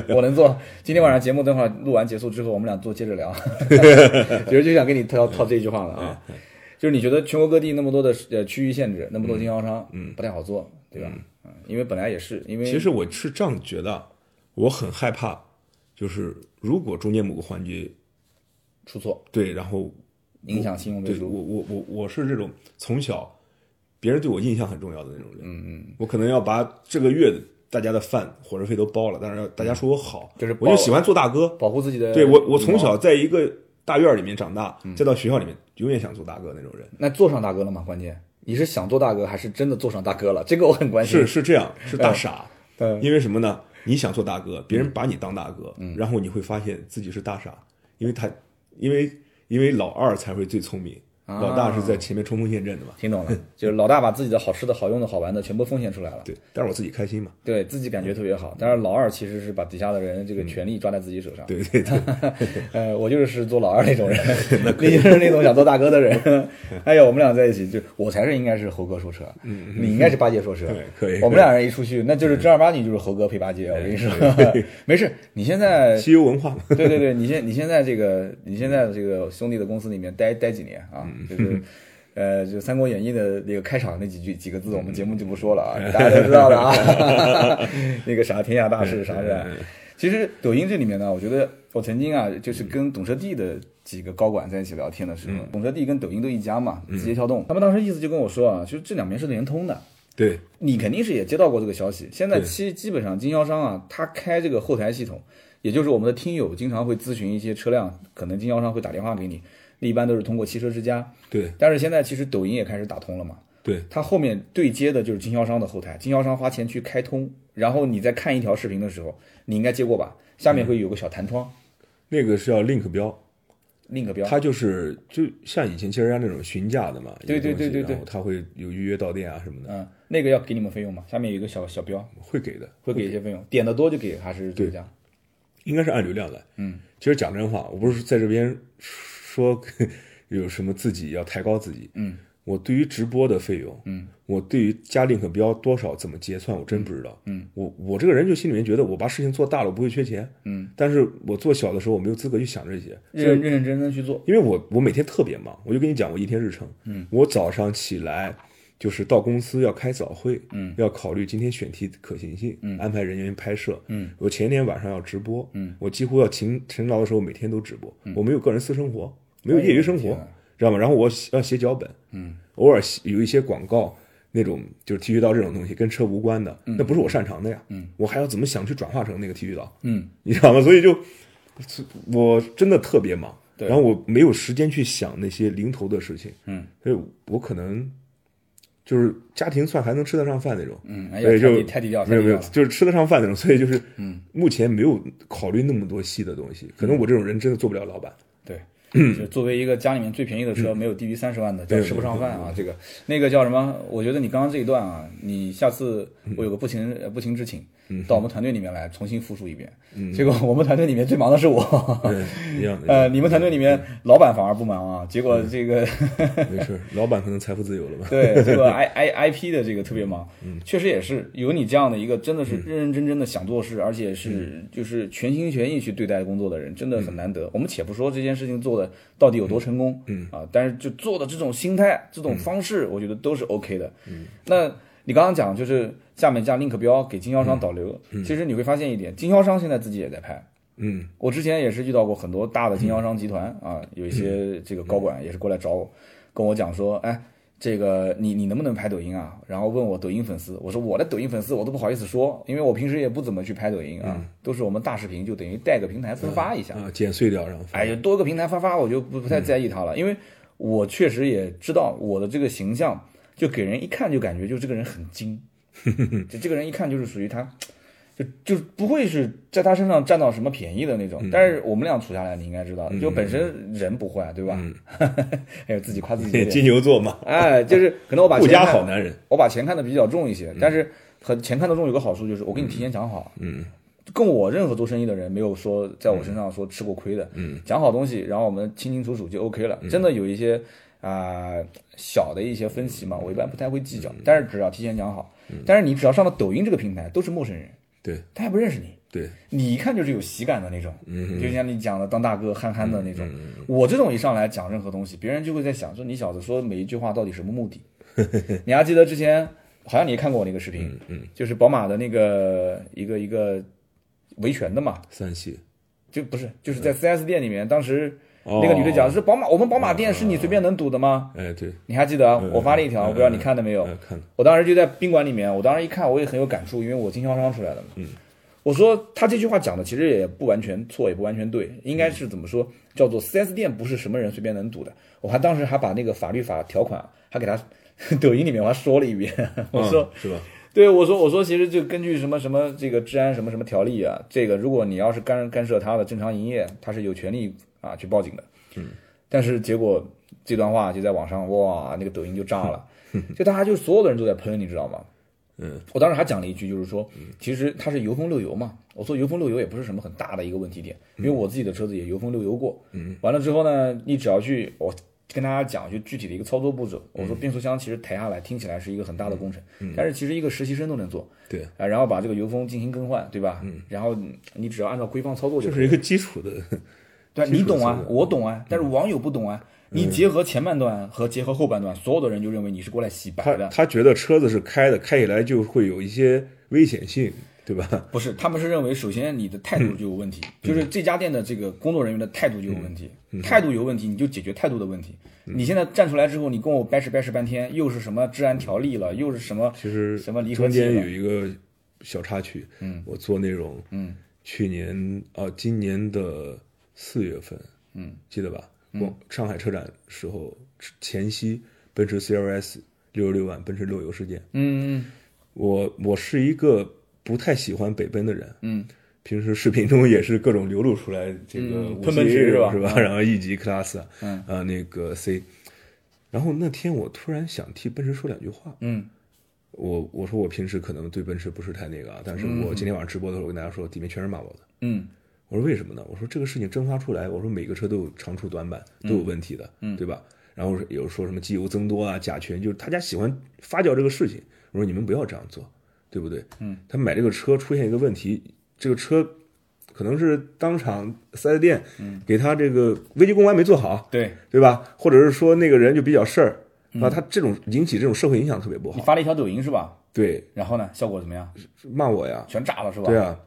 我能做。今天晚上节目等会儿录完结束之后，我们俩做接着聊。 其实就想跟你套套这一句话了啊，嗯就是你觉得全国各地那么多的呃区域限制，那么多经销商，嗯，不太好做，对吧？嗯，因为本来也是因为其实我是这样觉得，我很害怕，就是如果中间某个环节出错对，然后影响信用背对我书，我我我是这种从小别人对我印象很重要的那种人，嗯嗯，我可能要把这个月大家的饭火车费都包了，但是大家说我好，嗯就是我就包呃嗯喜欢做大哥，保护自己的。对我我从小在一个大院里面长大，嗯再到学校里面，永远想做大哥那种人。那做上大哥了吗？关键你是想做大哥，还是真的做上大哥了？这个我很关心。是是这样，是大傻。嗯因为什么呢？你想做大哥，别人把你当大哥，然后你会发现自己是大傻，因为他，因为因为老二才会最聪明，啊老大是在前面冲锋陷阵的嘛。听 懂了，就是老大把自己的好吃的好用的好玩的全部奉献出来了，对，但是我自己开心嘛。对自己感觉特别好。但是老二其实是把底下的人这个权利抓在自己手上。对对对， 呃，我就是做老二那种 人，你就是那种想做大哥的人。哎呦，我们俩在一起，就我才是应该是猴哥说车，你应该是八戒说车嗯 对。可以我们俩人一出去，那就是正儿八经就是猴哥配八戒。我跟你说， 没事，你现在西游文化嘛。对对对，你现你现在这个你现在这个兄弟的公司里面待待几年啊？就是。呃，就《三国演义》的那个开场那几句几个字，我们节目就不说了啊， 大家都知道的啊。那个啥，天下大事啥的。其实抖音这里面呢，我觉得我曾经啊，就是跟懂车帝的几个高管在一起聊天的时候，懂车帝跟抖音都一家嘛，字节跳动，他们当时意思就跟我说啊，就是这两边是连通的， 对你肯定是也接到过这个消息。现在基基本上经销商啊，他开这个后台系统，也就是我们的听友经常会咨询一些车辆，可能经销商会打电话给你，那一般都是通过汽车之家。对但是现在其实抖音也开始打通了嘛，对它后面对接的就是经销商的后台，经销商花钱去开通，然后你在看一条视频的时候，你应该接过吧？下嗯面会有个小弹窗那个是要 link 标， ，link 标。它就是就像以前汽车人家那种询价的嘛，对一个对东西对对对然后他会有预约到店啊什么的，嗯，那个要给你们费用吗？下面有一个小小标，会给的，会给一些费用，点的多就给，还是怎么讲？应该是按流量来。嗯，其实讲真话，我不是在这边说 有什么自己要抬高自己。嗯，我对于直播的费用，嗯，我对于加 link 标多少怎么结算，我真不知道。嗯，我我这个人就心里面觉得，我把事情做大了，我不会缺钱。嗯，但是我做小的时候，我没有资格去想这些。认认认真真去做。因为我我每天特别忙，我就跟你讲，我一天日程，嗯，我早上起来就是到公司要开早会，嗯，要考虑今天选题可行性，嗯，安排人员拍摄，嗯，我前一天晚上要直播，嗯，我几乎要勤勤劳的时候每天都直播，我没有个人私生活，没有业余生活，知道吗？然后我写要写脚本，啊嗯，偶尔写有一些广告那种就是剃须刀这种东西跟车无关的，那不是我擅长的呀，嗯，我还要怎么想去转化成那个剃须刀，嗯，你知道吗？所以就我真的特别忙，然后我没有时间去想那些零头的事情，嗯，所以我可能。就是家庭算还能吃得上饭那种，嗯，哎呀所以太就低太低调，没有太低没有调了，就是吃得上饭那种，所以就是，嗯目前没有考虑那么多细的东西，可能我这种人真的做不了老板， 对，就是作为一个家里面最便宜的嗯车，没有低于三十万的，叫吃不上饭啊。这个那个叫什么？我觉得你刚刚这一段啊，你下次嗯我有个不情呃不情之请，到我们团队里面来重新复述一遍。结果我们团队里面最忙的是我，嗯对，一样的，嗯呃，你们团队里面老板反而不忙啊。结果这个没事儿， 老板可能财富自由了吧？ 对这个 I I I P 的这个特别忙，确实也是有你这样的一个真的是认认真真的想做事，而且是就是全心全意去对待工作的人，真的很难得。我们且不说这件事情做的到底有多成功，嗯啊，但是就做的这种心态、这种方式，我觉得都是 OK 的。嗯，那你刚刚讲就是下面加 link 标给经销商导流，其实你会发现一点，经销商现在自己也在拍，嗯我之前也是遇到过很多大的经销商集团啊，有一些这个高管也是过来找我，跟我讲说，哎，这个你你能不能拍抖音啊？然后问我抖音粉丝，我说我的抖音粉丝我都不好意思说，因为我平时也不怎么去拍抖音啊，都是我们大视频就等于带个平台分发一下。啊，剪碎掉然后发，哎呀，多个平台发发，我就不不太嗯在意它了，因为我确实也知道我的这个形象，就给人一看就感觉就这个人很 精，就这个人一看就是属于他，就就不会是在他身上占到什么便宜的那嗯种。但是我们俩处下来，你应该知道，就本身人不坏，啊对吧？嗯 还有自己夸 自己一点，金牛座嘛，哎，就是可能我把顾钱家看好嗯男人，我把钱看得比较重一些，但是和钱看得重有个好处就是我跟你提前讲好，嗯，跟我任何做生意的人没有说在我身上说吃过亏的，嗯，讲好东西，然后我们清清楚楚就 OK 了。真的有一些啊、小的一些分歧嘛，我一般不太会计较，但是只要提前讲好，但是你只要上了抖音这个平台，都是陌生人，对他也不认识你。对，你一看就是有喜感的那种，就像你讲的当大哥憨憨的那种。我这种一上来讲任何东西，别人就会在想说你小子说每一句话到底什么目的？你还记得之前好像你也看过我那个视嗯频，就是宝马的那个一个一个维权的嘛，三系，就不是就是在 4S 店里面，当时嗯哦那个女的讲是宝马，我们宝马店是你随便能堵的吗？哎对，你还记得啊？我发了一条，嗯我不知道你看到没有哎？看了，我当时就在宾馆里面，我当时一看我也很有感触，因为我经销商出来的嘛。嗯，我说他这句话讲的其实也不完全错，也不完全对，应该是怎么说，叫做 4S 店不是什么人随便能堵的。我还当时还把那个法律法条款还给他 抖音里面我还说了一遍，我说。嗯是吧？ 对，我说我说，其实就根据什么什么这个治安什么什么条例啊，这个如果你要是干干涉他的正常营业，他是有权利啊去报警的。嗯，但是结果这段话就在网上哇，那个抖音就炸了，就大家就所有的人都在喷，你知道吗？嗯，我当时还讲了一句，就是说，其实它是油封漏油嘛。我说油封漏油也不是什么很大的一个问题点，因为我自己的车子也油封漏油过。嗯，完了之后呢，你只要去我跟大家讲就具体的一个操作步骤。我说变速箱其实抬下来听起来是一个很大的工程，但是其实一个实习生都能做。对啊，然后把这个油封进行更换，对吧？嗯，然后你只要按照规范操作就就可以。是一个基础的，嗯对啊，你懂基础啊操，作我懂啊，但是网友不懂啊。嗯你结合前半段和结合后半段，所有的人就认为你是过来洗白他的，他觉得车子是开的，开起来就会有一些危险性，对吧？不是，他们是认为首先你的态度就有问题，嗯就是这家店的这个工作人员的态度就有问题，态度有问题你就解决态度的问题。嗯你现在站出来之后，你跟我掰扯掰扯半天，又是什么治安条例了，又是什么其实什么离合中器间有了，一个小插曲，嗯，我做那种，嗯，去年啊，今年的四月份，嗯，记得吧？我上海车展时候前夕，奔驰 CLS 六十六万奔驰漏油事件，嗯我我是一个不太喜欢北奔的人，嗯，平时视频中也是各种流露出来这个嗯五喷奔驰 C 是吧是吧？然后 E 级 Class 啊，嗯啊那个 C，然后那天我突然想替奔驰说两句话，嗯我我说我平时可能对奔驰不是太那个啊，但是我今天晚上直播的时候，我跟大家说，底面全是骂我的。嗯我说为什么呢？我说这个事情蒸发出来，我说每个车都有长处短板，都有嗯问题的，对吧？然后有说什么机油增多啊、甲醛，就是大家喜欢发酵这个事情。我说你们不要这样做，对不对？嗯，他买这个车出现一个问题，这个车可能是当场四 S 嗯店给他这个危机公关没做好，对对吧？或者是说那个人就比较事儿，嗯啊，他这种引起这种社会影响特别不你好。发了一条抖音是吧？对，然后呢，效果怎么样？骂我呀，全炸了是吧？对啊，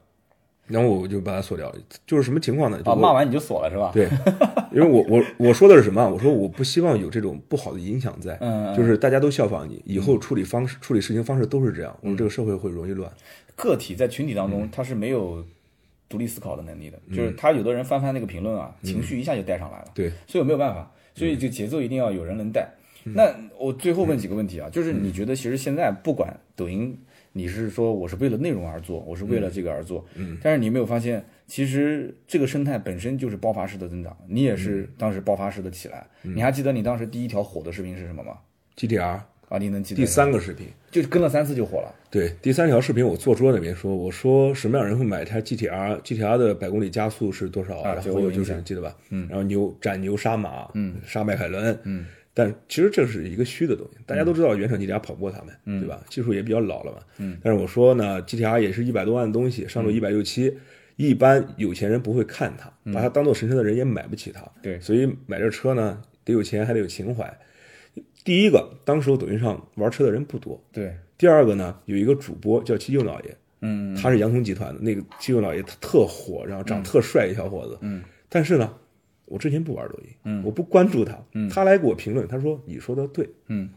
然后我就把他锁掉了。就是什么情况呢？就啊，我骂完你就锁了是吧？对，因为我我我说的是什么啊？我说我不希望有这种不好的影响在，嗯就是大家都效仿你，以后处理方式、处理事情方式都是这样，我们这个社会会容易乱。个体在群体当中，他是没有独立思考的能力的，就是他有的人翻翻那个评论啊，情绪一下就带上来了，对，所以我没有办法，所以这节奏一定要有人能带。那我最后问几个问题啊，就是你觉得其实现在不管抖音，你是说我是为了内容而做，我是为了这个而做，嗯，但是你有没有发现，其实这个生态本身就是爆发式的增长，你也是当时爆发式的起来，你还记得你当时第一条火的视频是什么吗？ GTR 啊，你能记得？第，三个视频，就是跟了三次就火了，对，第三条视频我坐桌那边说，我说什么样人会买一台 GTR？GTR 的百公里加速是多少？啊然这后个我有就印是象记得吧？嗯，然后牛斩牛杀马，嗯，杀迈凯伦，嗯，但其实这是一个虚的东西，大家都知道原厂 GTR 跑不过他们，嗯、对吧？技术也比较老了嘛，嗯。但是我说呢，GTR 也是一百多万的东西，上嗯路一百六七，一般有钱人不会看它，把它当做神车的人也买不起它，对所以买这车呢，得有钱还得有情怀。第一个，当时我抖音上玩车的人不多，对，第二个呢，有一个主播叫七舅老爷，嗯，他是洋葱集团的那个七舅老爷，他特火，然后长特帅一小伙子，嗯，但是呢，我之前不玩抖音，嗯，我不关注他，嗯，他来给我评论，他说你说的对，嗯，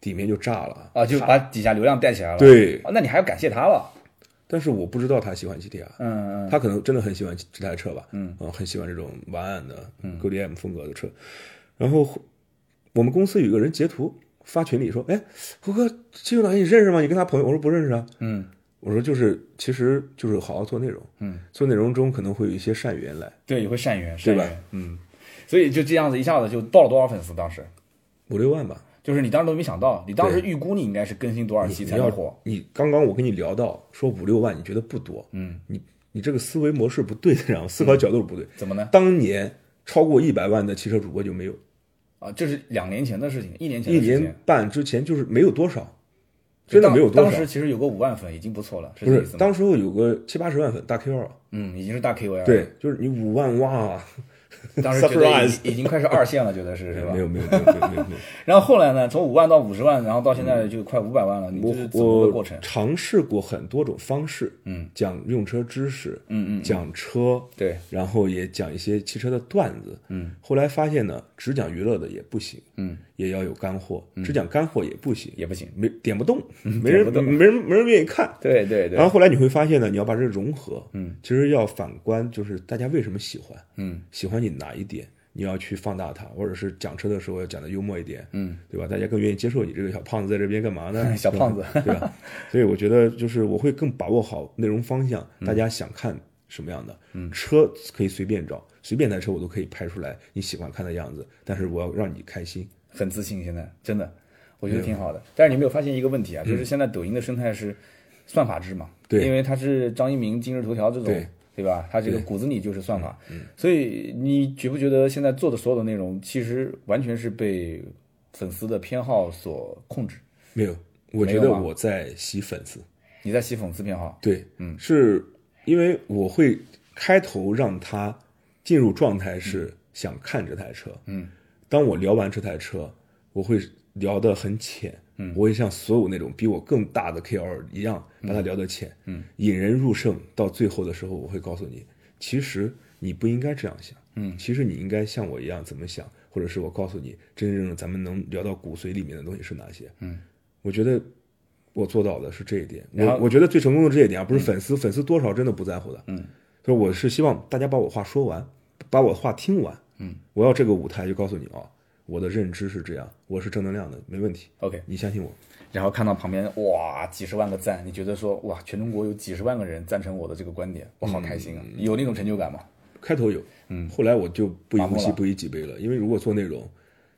底面就炸了，啊，就把底下流量带起来了，对啊，那你还要感谢他了，但是我不知道他喜欢 GTR，嗯嗯他可能真的很喜欢这台车吧，嗯，很喜欢这种晚安的嗯 g o d m 风格的车。然后我们公司有一个人截图发群里说，哎，胡哥，这个老爷你认识吗？你跟他朋友？我说不认识啊，嗯，我说就是，其实就是好好做内容，嗯，做内容中可能会有一些善缘来，对，也会善缘，善对吧缘，嗯，所以就这样子一下子就到了多少粉丝？当时五六万吧。就是你当时都没想到，你当时对预估你应该是更新多少期你才能要火？你刚刚我跟你聊到说五六万，你觉得不多，嗯，你你这个思维模式不对，然后思考角度不对。怎么呢？当年超过一百万的汽车主播就没有，啊，这是两年前的事情，一年前一的事年情，半之前就是没有多少，真的当没有多当少时。其实有个五万粉已经不错了，是不这是意思，吗？当时候有个七八十万粉大 Q 啊，嗯，已经是大 KOL 了。，对，就是你五万哇，啊当时觉得已 Surprise 经已经快是二线了，觉得是是吧没？有没有没有没有没有 没有，然后后来呢，从五万到五十万，然后到现在就快五百万了，你这是怎么个过嗯我程？尝试过很多种方式，嗯，讲用车知识，嗯嗯，讲车，对，然后也讲一些汽车的段子，嗯，后来发现呢，只讲娱乐的也不行，嗯，也要有干货，只讲干货也不行，也不行。没点 不动，没人点不动没人没人愿意看。对对然对，后后来你会发现呢，你要把这融合，嗯，其实要反观就是大家为什么喜欢，嗯，喜欢你哪一点，你要去放大它，或者是讲车的时候要讲的幽默一点，嗯，对吧？大家更愿意接受你这个小胖子在这边干嘛 呢？小胖子对吧？所以我觉得就是我会更把握好内容方向，嗯大家想看什么样的，嗯，车可以随便找，随便台车我都可以拍出来你喜欢看的样子，但是我要让你开心，很自信，现在真的，我哎觉得挺好的。但是你有没有发现一个问题啊，就是现在抖音的生态是算法制嘛，嗯对因为它是张一鸣、今日头条这种，对嗯吧？它这个骨子里就是算法，所以你觉不觉得现在做的所有的内容，其实完全是被粉丝的偏好所控制？没有，我觉没得有吗我在洗粉丝。你在洗讽刺偏好，对，嗯，是因为我会开头让他进入状态是想看这台车，嗯，当我聊完这台车，我会聊得很浅，嗯，我会像所有那种比我更大的 KOL 一样，把它聊得浅，嗯，引人入胜，到最后的时候，我会告诉你，其实你不应该这样想，嗯，其实你应该像我一样怎么想，或者是我告诉你，真正咱们能聊到骨髓里面的东西是哪些，嗯，我觉得我做到的是这一点，我我觉得最成功的这一点啊，不是粉丝，粉丝多少真的不在乎的，嗯，所以我是希望大家把我话说完，把我话听完，嗯，我要这个舞台就告诉你啊，我的认知是这样，我是正能量的，没问题 OK 你相信我，然后看到旁边哇几十万个赞，你觉得说哇全中国有几十万个人赞成我的这个观点，我好开心啊！嗯有那种成就感吗？开头有，嗯，后来我就不以麻木物喜了不以己悲了，因为如果做内容，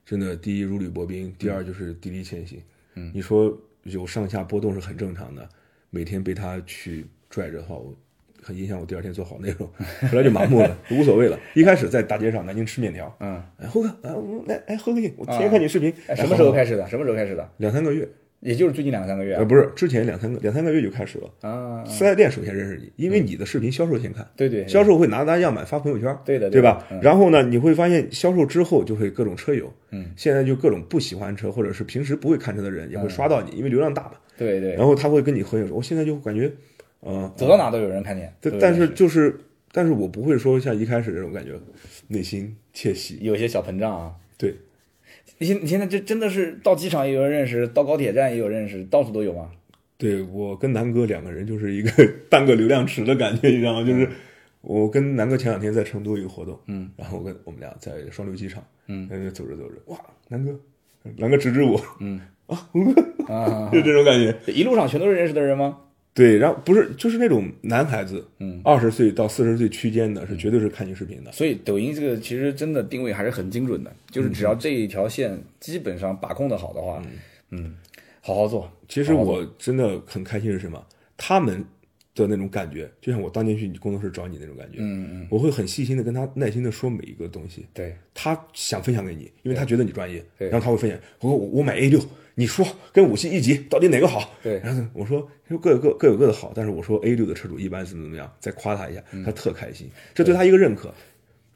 真的第一如履薄冰，第二就是砥砺前行，嗯，你说有上下波动是很正常的，每天被他去拽着的话，我很影响我第二天做好内容， 后来就麻木 了，无所谓了。一开始在大街上南京吃面条，嗯，哎哎，猴哥，啊，我来，哎，猴哥，我天天看你视频，哎，哎什么时候好好开始的？什么时候开始的？两三个月，也就是最近两三个月呃，啊不是，之前两三个两三个月就开始了。啊，四 S 店首先认识你，因为你的视频销售先看，对对，销售会拿拿样板发朋友圈，对嗯的对对的吧？然后呢，你会发现销售之后就会各种车友，嗯，现在就各种不喜欢车或者是平时不会看车的人也会刷到你，因为流量大嘛。对对，然后他会跟你合影，说我现在就感觉，嗯，走到哪都有人看见，但对但是就是，但是我不会说像一开始这种感觉，内心窃喜。有一些小膨胀啊。对，你现你现在这真的是到机场也有人认识，到高铁站也有认识，到处都有吗？对我跟南哥两个人就是一个 半个流量池的感觉，你知道吗？嗯就是我跟南哥前两天在成都有一个活动，嗯，然后我跟我们俩在双流机场，嗯，在那走着走着，哇，南哥，南哥指指我，嗯，啊，红哥，啊， 就这种感觉。一路上全都是认识的人吗？对，然后不是就是那种男孩子，嗯，二十岁到四十岁区间的，是绝对是看你视频的。所以抖音这个其实真的定位还是很精准的，就是只要嗯这一条线基本上把控的好的话，嗯好好做。其实我真的很开心是什么？他们的那种感觉，就像我当年去你工作室找你那种感觉，嗯嗯，我会很细心的跟他耐心的说每一个东西，对，他想分享给你，因为他觉得你专业，对然后他会分享，我说我我买 A 六，你说跟五系一级到底哪个好？对然后呢我说说各有各各有各的好，但是我说 A 六的车主一般怎么怎么样，再夸他一下，嗯他特开心，这对他一个认可。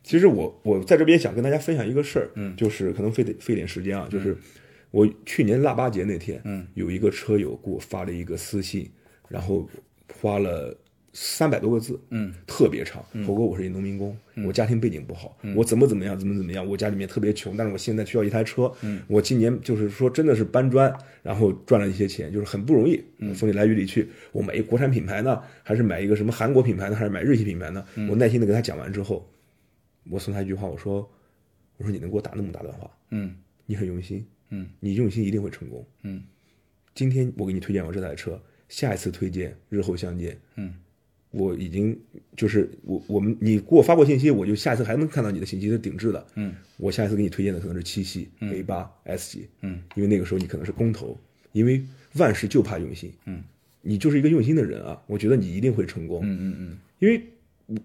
其实我我在这边想跟大家分享一个事儿，嗯，就是可能费得费点时间嗯啊，就是我去年腊八节那天，嗯，有一个车友给我发了一个私信，然后花了。三百多个字，嗯，嗯特别长。火锅，我是一农民工，我家庭背景不好，我怎么怎么样，怎么怎么样，我家里面特别穷，但是我现在需要一台车，嗯，我今年就是说真的是搬砖，然后赚了一些钱，就是很不容易，风里来雨里去。我买一个国产品牌呢，还是买一个什么韩国品牌呢，还是买日系品牌呢？我耐心的跟他讲完之后，我送他一句话，我说，我说你能给我打那么大段话，嗯你很用心，嗯，你用心一定会成功，嗯。今天我给你推荐完这台车，下一次推荐，日后相见，嗯，我已经就是我我们你给我发过信息，我就下一次还能看到你的信息是顶置的，嗯，我下一次给你推荐的可能是七系、A 八、S 级，嗯，因为那个时候你可能是公投，因为万事就怕用心，嗯，你就是一个用心的人啊，我觉得你一定会成功，嗯嗯嗯，因为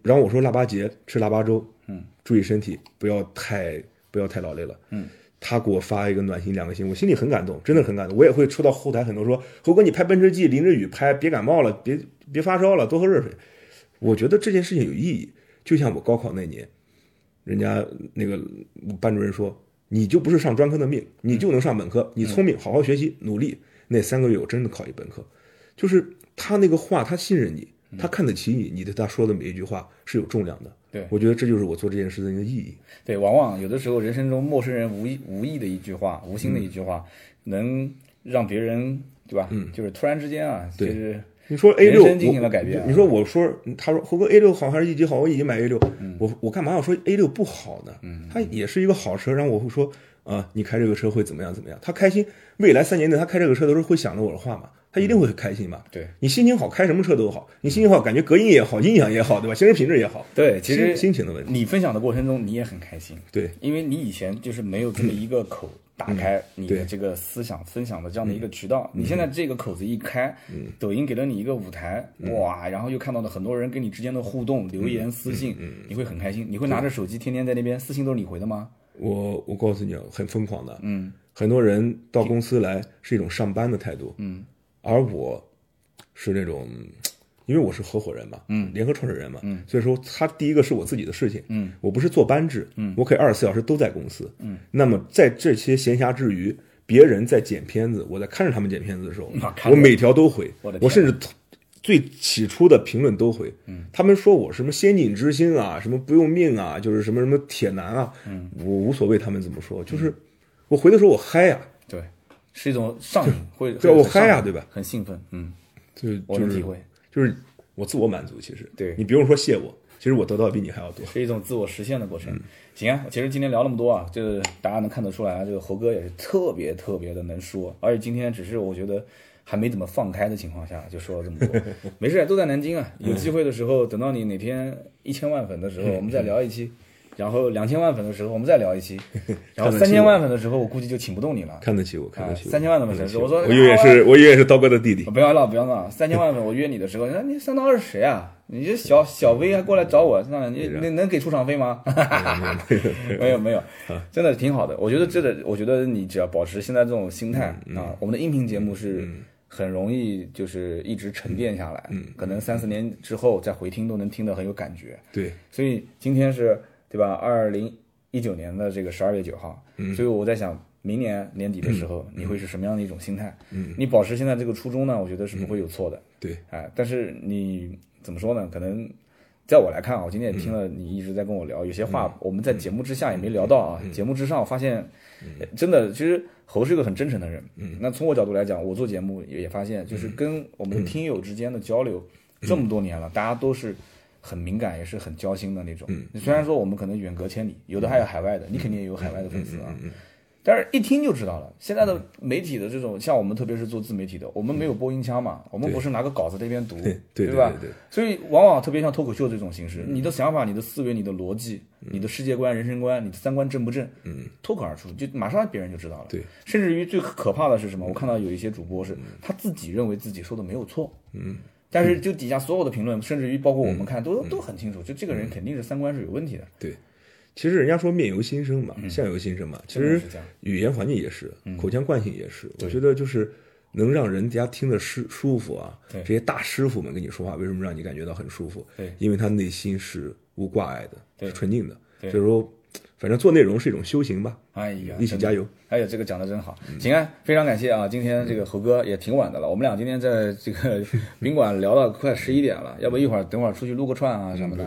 然后我说腊八节吃腊八粥，嗯，注意身体，不要太不要太劳累了，嗯。他给我发一个暖心两个心，我心里很感动，真的很感动。我也会收到后台很多说，猴哥你拍奔驰 G 淋着雨拍，别感冒了，别别发烧了，多喝热水。我觉得这件事情有意义。就像我高考那年，人家那个班主任说，你就不是上专科的命，你就能上本科，你聪明，好好学习，努力。那三个月我真的考一本科，就是他那个话，他信任你，他看得起你，你对他说的每一句话是有重量的。对我觉得这就是我做这件事情的意义。对，往往有的时候人生中陌生人无意无意的一句话，无心的一句话，嗯能让别人对吧？嗯，就是突然之间啊，对就是你说 A 人六生进行了改变啊你说我说，他说猴哥 A 六好还是一级好？我已经买 A 六、嗯我我干嘛要说 A 六不好呢？它也是一个好车，然后我会说啊、你开这个车会怎么样怎么样？他开心，未来三年内他开这个车的时候会想着我的话嘛？他一定会开心嘛？对你心情好，开什么车都好，你心情好，感觉隔音也好，音响也好，对吧？行驶品质也好，对，其实心心情的问题，你分享的过程中，你也很开心，对因为你以前就是没有这么一个口打开嗯你的这个思想分享的这样的一个渠道，你现在这个口子一开，嗯抖音给了你一个舞台，哇，然后又看到了很多人跟你之间的互动、留言、私信，嗯你会很开心，你会拿着手机天天在那边，私信都是你回的吗？我我告诉你，啊，很疯狂的。嗯，很多人到公司来是一种上班的态度。嗯，而我是那种，因为我是合伙人嘛，嗯，联合创始人嘛，嗯，所以说他第一个是我自己的事情，嗯，我不是坐班制，嗯，我可以二十四小时都在公司，嗯，那么在这些闲暇之余，别人在剪片子，我在看着他们剪片子的时候啊，看着我每条都回，我的天我甚至最起初的评论都回，他们说我什么先进之星啊，什么不用命啊，就是什么什么铁男啊，我无所谓他们怎么说，就是我回的时候我嗨啊呀、对，是一种上瘾，会对会我很上嗨呀瘾对吧？很兴奋，嗯，就是我就能是体会，就是我自我满足，其实对你不用说谢我，其实我得到比你还要多，是一种自我实现的过嗯程。行啊，其实今天聊那么多啊，这大家能看得出来啊，这个猴哥也是特别特别的能说，而且今天只是我觉得还没怎么放开的情况下就说了这么 多，没事，都在南京啊，有机会的时候，等到你哪天一千万粉的时候，我们再聊一期。然后两千万粉的时候我们再聊一期，然后看得三起千我万粉的时候我估计就请不动你了。啊看得起我，嗯看得起我，三千万的粉看得丝起我我说我永远是，我永远是刀哥的弟弟。啊不要闹，不要闹！三千万粉，我约你的时候，你说你三刀二是谁啊？你这小小 V 还过来找我，那你你能给出场费吗？没有没啊有， 真的挺好的。我觉得这个，我觉得你只要保持现在这种心态啊，我们的音频节目是很容易就是一直沉淀下来，可能三四年之后再回听都能听得很有感觉。对，所以今天是对吧？二零一九年的这个十二月九号，所以我在想，明年年底的时候，你会是什么样的一种心态？嗯，你保持现在这个初衷呢，我觉得是不会有错的。对，哎，但是你怎么说呢？可能在我来看啊，我今天也嗯听了你一直在跟我聊，有些话我们在节目之下也没聊到啊。嗯节目之上，我发现、呃真的，其实侯是一个很真诚的人。嗯，那从我角度来讲，我做节目也也发现，就是嗯跟我们的听友之间的交流，这么多年了，大家都是。很敏感，也是很交心的那种。嗯虽然说我们可能远隔千里，有的还有海外的，你肯定也有海嗯外的粉丝啊。但是一听就知道了。现在的媒体的这种，像我们特别是做自媒体的，我们没有播音腔嘛，我们不是拿个稿子这边读，嗯对吧对对对？所以往往特别像脱口秀这种形式，嗯你的想法、你的思维、你的逻辑、你的世界观、人生观、你的三观正不正，嗯，脱口而出，就马上别人就知道了。对，嗯甚至于最可怕的是什么？我看到有一些主播是他自己认为自己说的没有错，嗯。但是就底下所有的评嗯论，甚至于包括我们看，都都很清楚，就这个人肯定是三观是有问题的。嗯其实人家说面由心生嘛，相由心生嘛。其嗯真的实是这样嗯语言环境也是，口腔惯性也是。我觉得就是能让人家听得舒舒服啊。对这些大师傅们跟你说话，为什么让你感觉到很舒服？对因为他内心是无挂碍的，是纯净的。对所以说，反正做内容是一种修行吧。哎呀，一起加油！哎呀，这个讲的真好，嗯行啊，非常感谢啊！今天这个猴哥也挺晚的了，我们俩今天在这个宾馆聊到快十一点了，要不一会儿等会儿出去撸个串啊什么的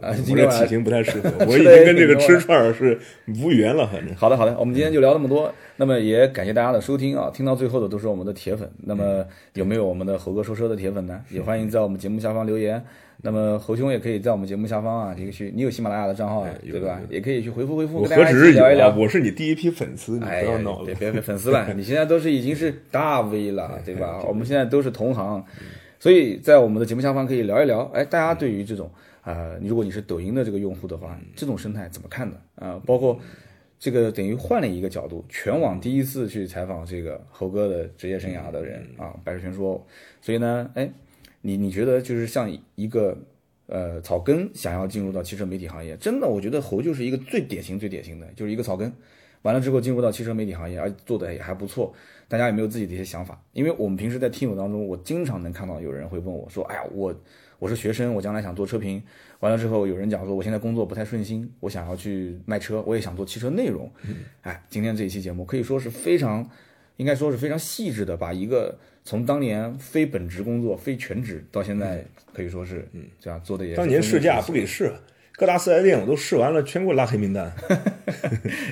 啊。今天我这晚体上嗯型不太 适合，我吃已得也经跟这个挺多吃了串儿是无缘了，反正。嗯好的，好的，我们今天就聊那么多。那么也感谢大家的收听啊，听到最后的都是我们的铁粉。那嗯么有没有我们的猴哥说车的铁粉呢？也欢迎在我们节目下方留言。那么猴兄也可以在我们节目下方啊，这个去你有喜马拉雅的账号啊，有对吧有？也可以去回复回复，我跟大家何一止起有聊一聊啊！。我是你第一批粉丝，你不哎呀要闹，了别。别别粉丝了，你现在都是已经是大 V 了，对 吧？我们现在都是同行，所以在我们的节目下方可以聊一聊，哎，大家对于这种呃，如果你是抖音的这个用户的话，这种生态怎么看的啊、包括。这个等于换了一个角度，全网第一次去采访这个猴哥的职业生涯的人嗯啊，白水全说。所以呢，哎，你你觉得就是像一个呃草根想要进入到汽车媒体行业，真的，我觉得猴就是一个最典型、最典型的，就是一个草根。完了之后进入到汽车媒体行业，而且做的也还不错，大家有没有自己的一些想法？因为我们平时在听友当中，我经常能看到有人会问我说：“哎呀，我我是学生，我将来想做车评。”完了之后，有人讲说：“我现在工作不太顺心，我想要去卖车，我也想做汽车内容。”嗯哎，今天这一期节目可以说是非常，应该说是非常细致的，把一个从当年非本职工作、非全职到现在，可以说是这样做的也是嗯当年丰试富驾不给试，各大四 S 店我都试完了，全给我拉黑名单。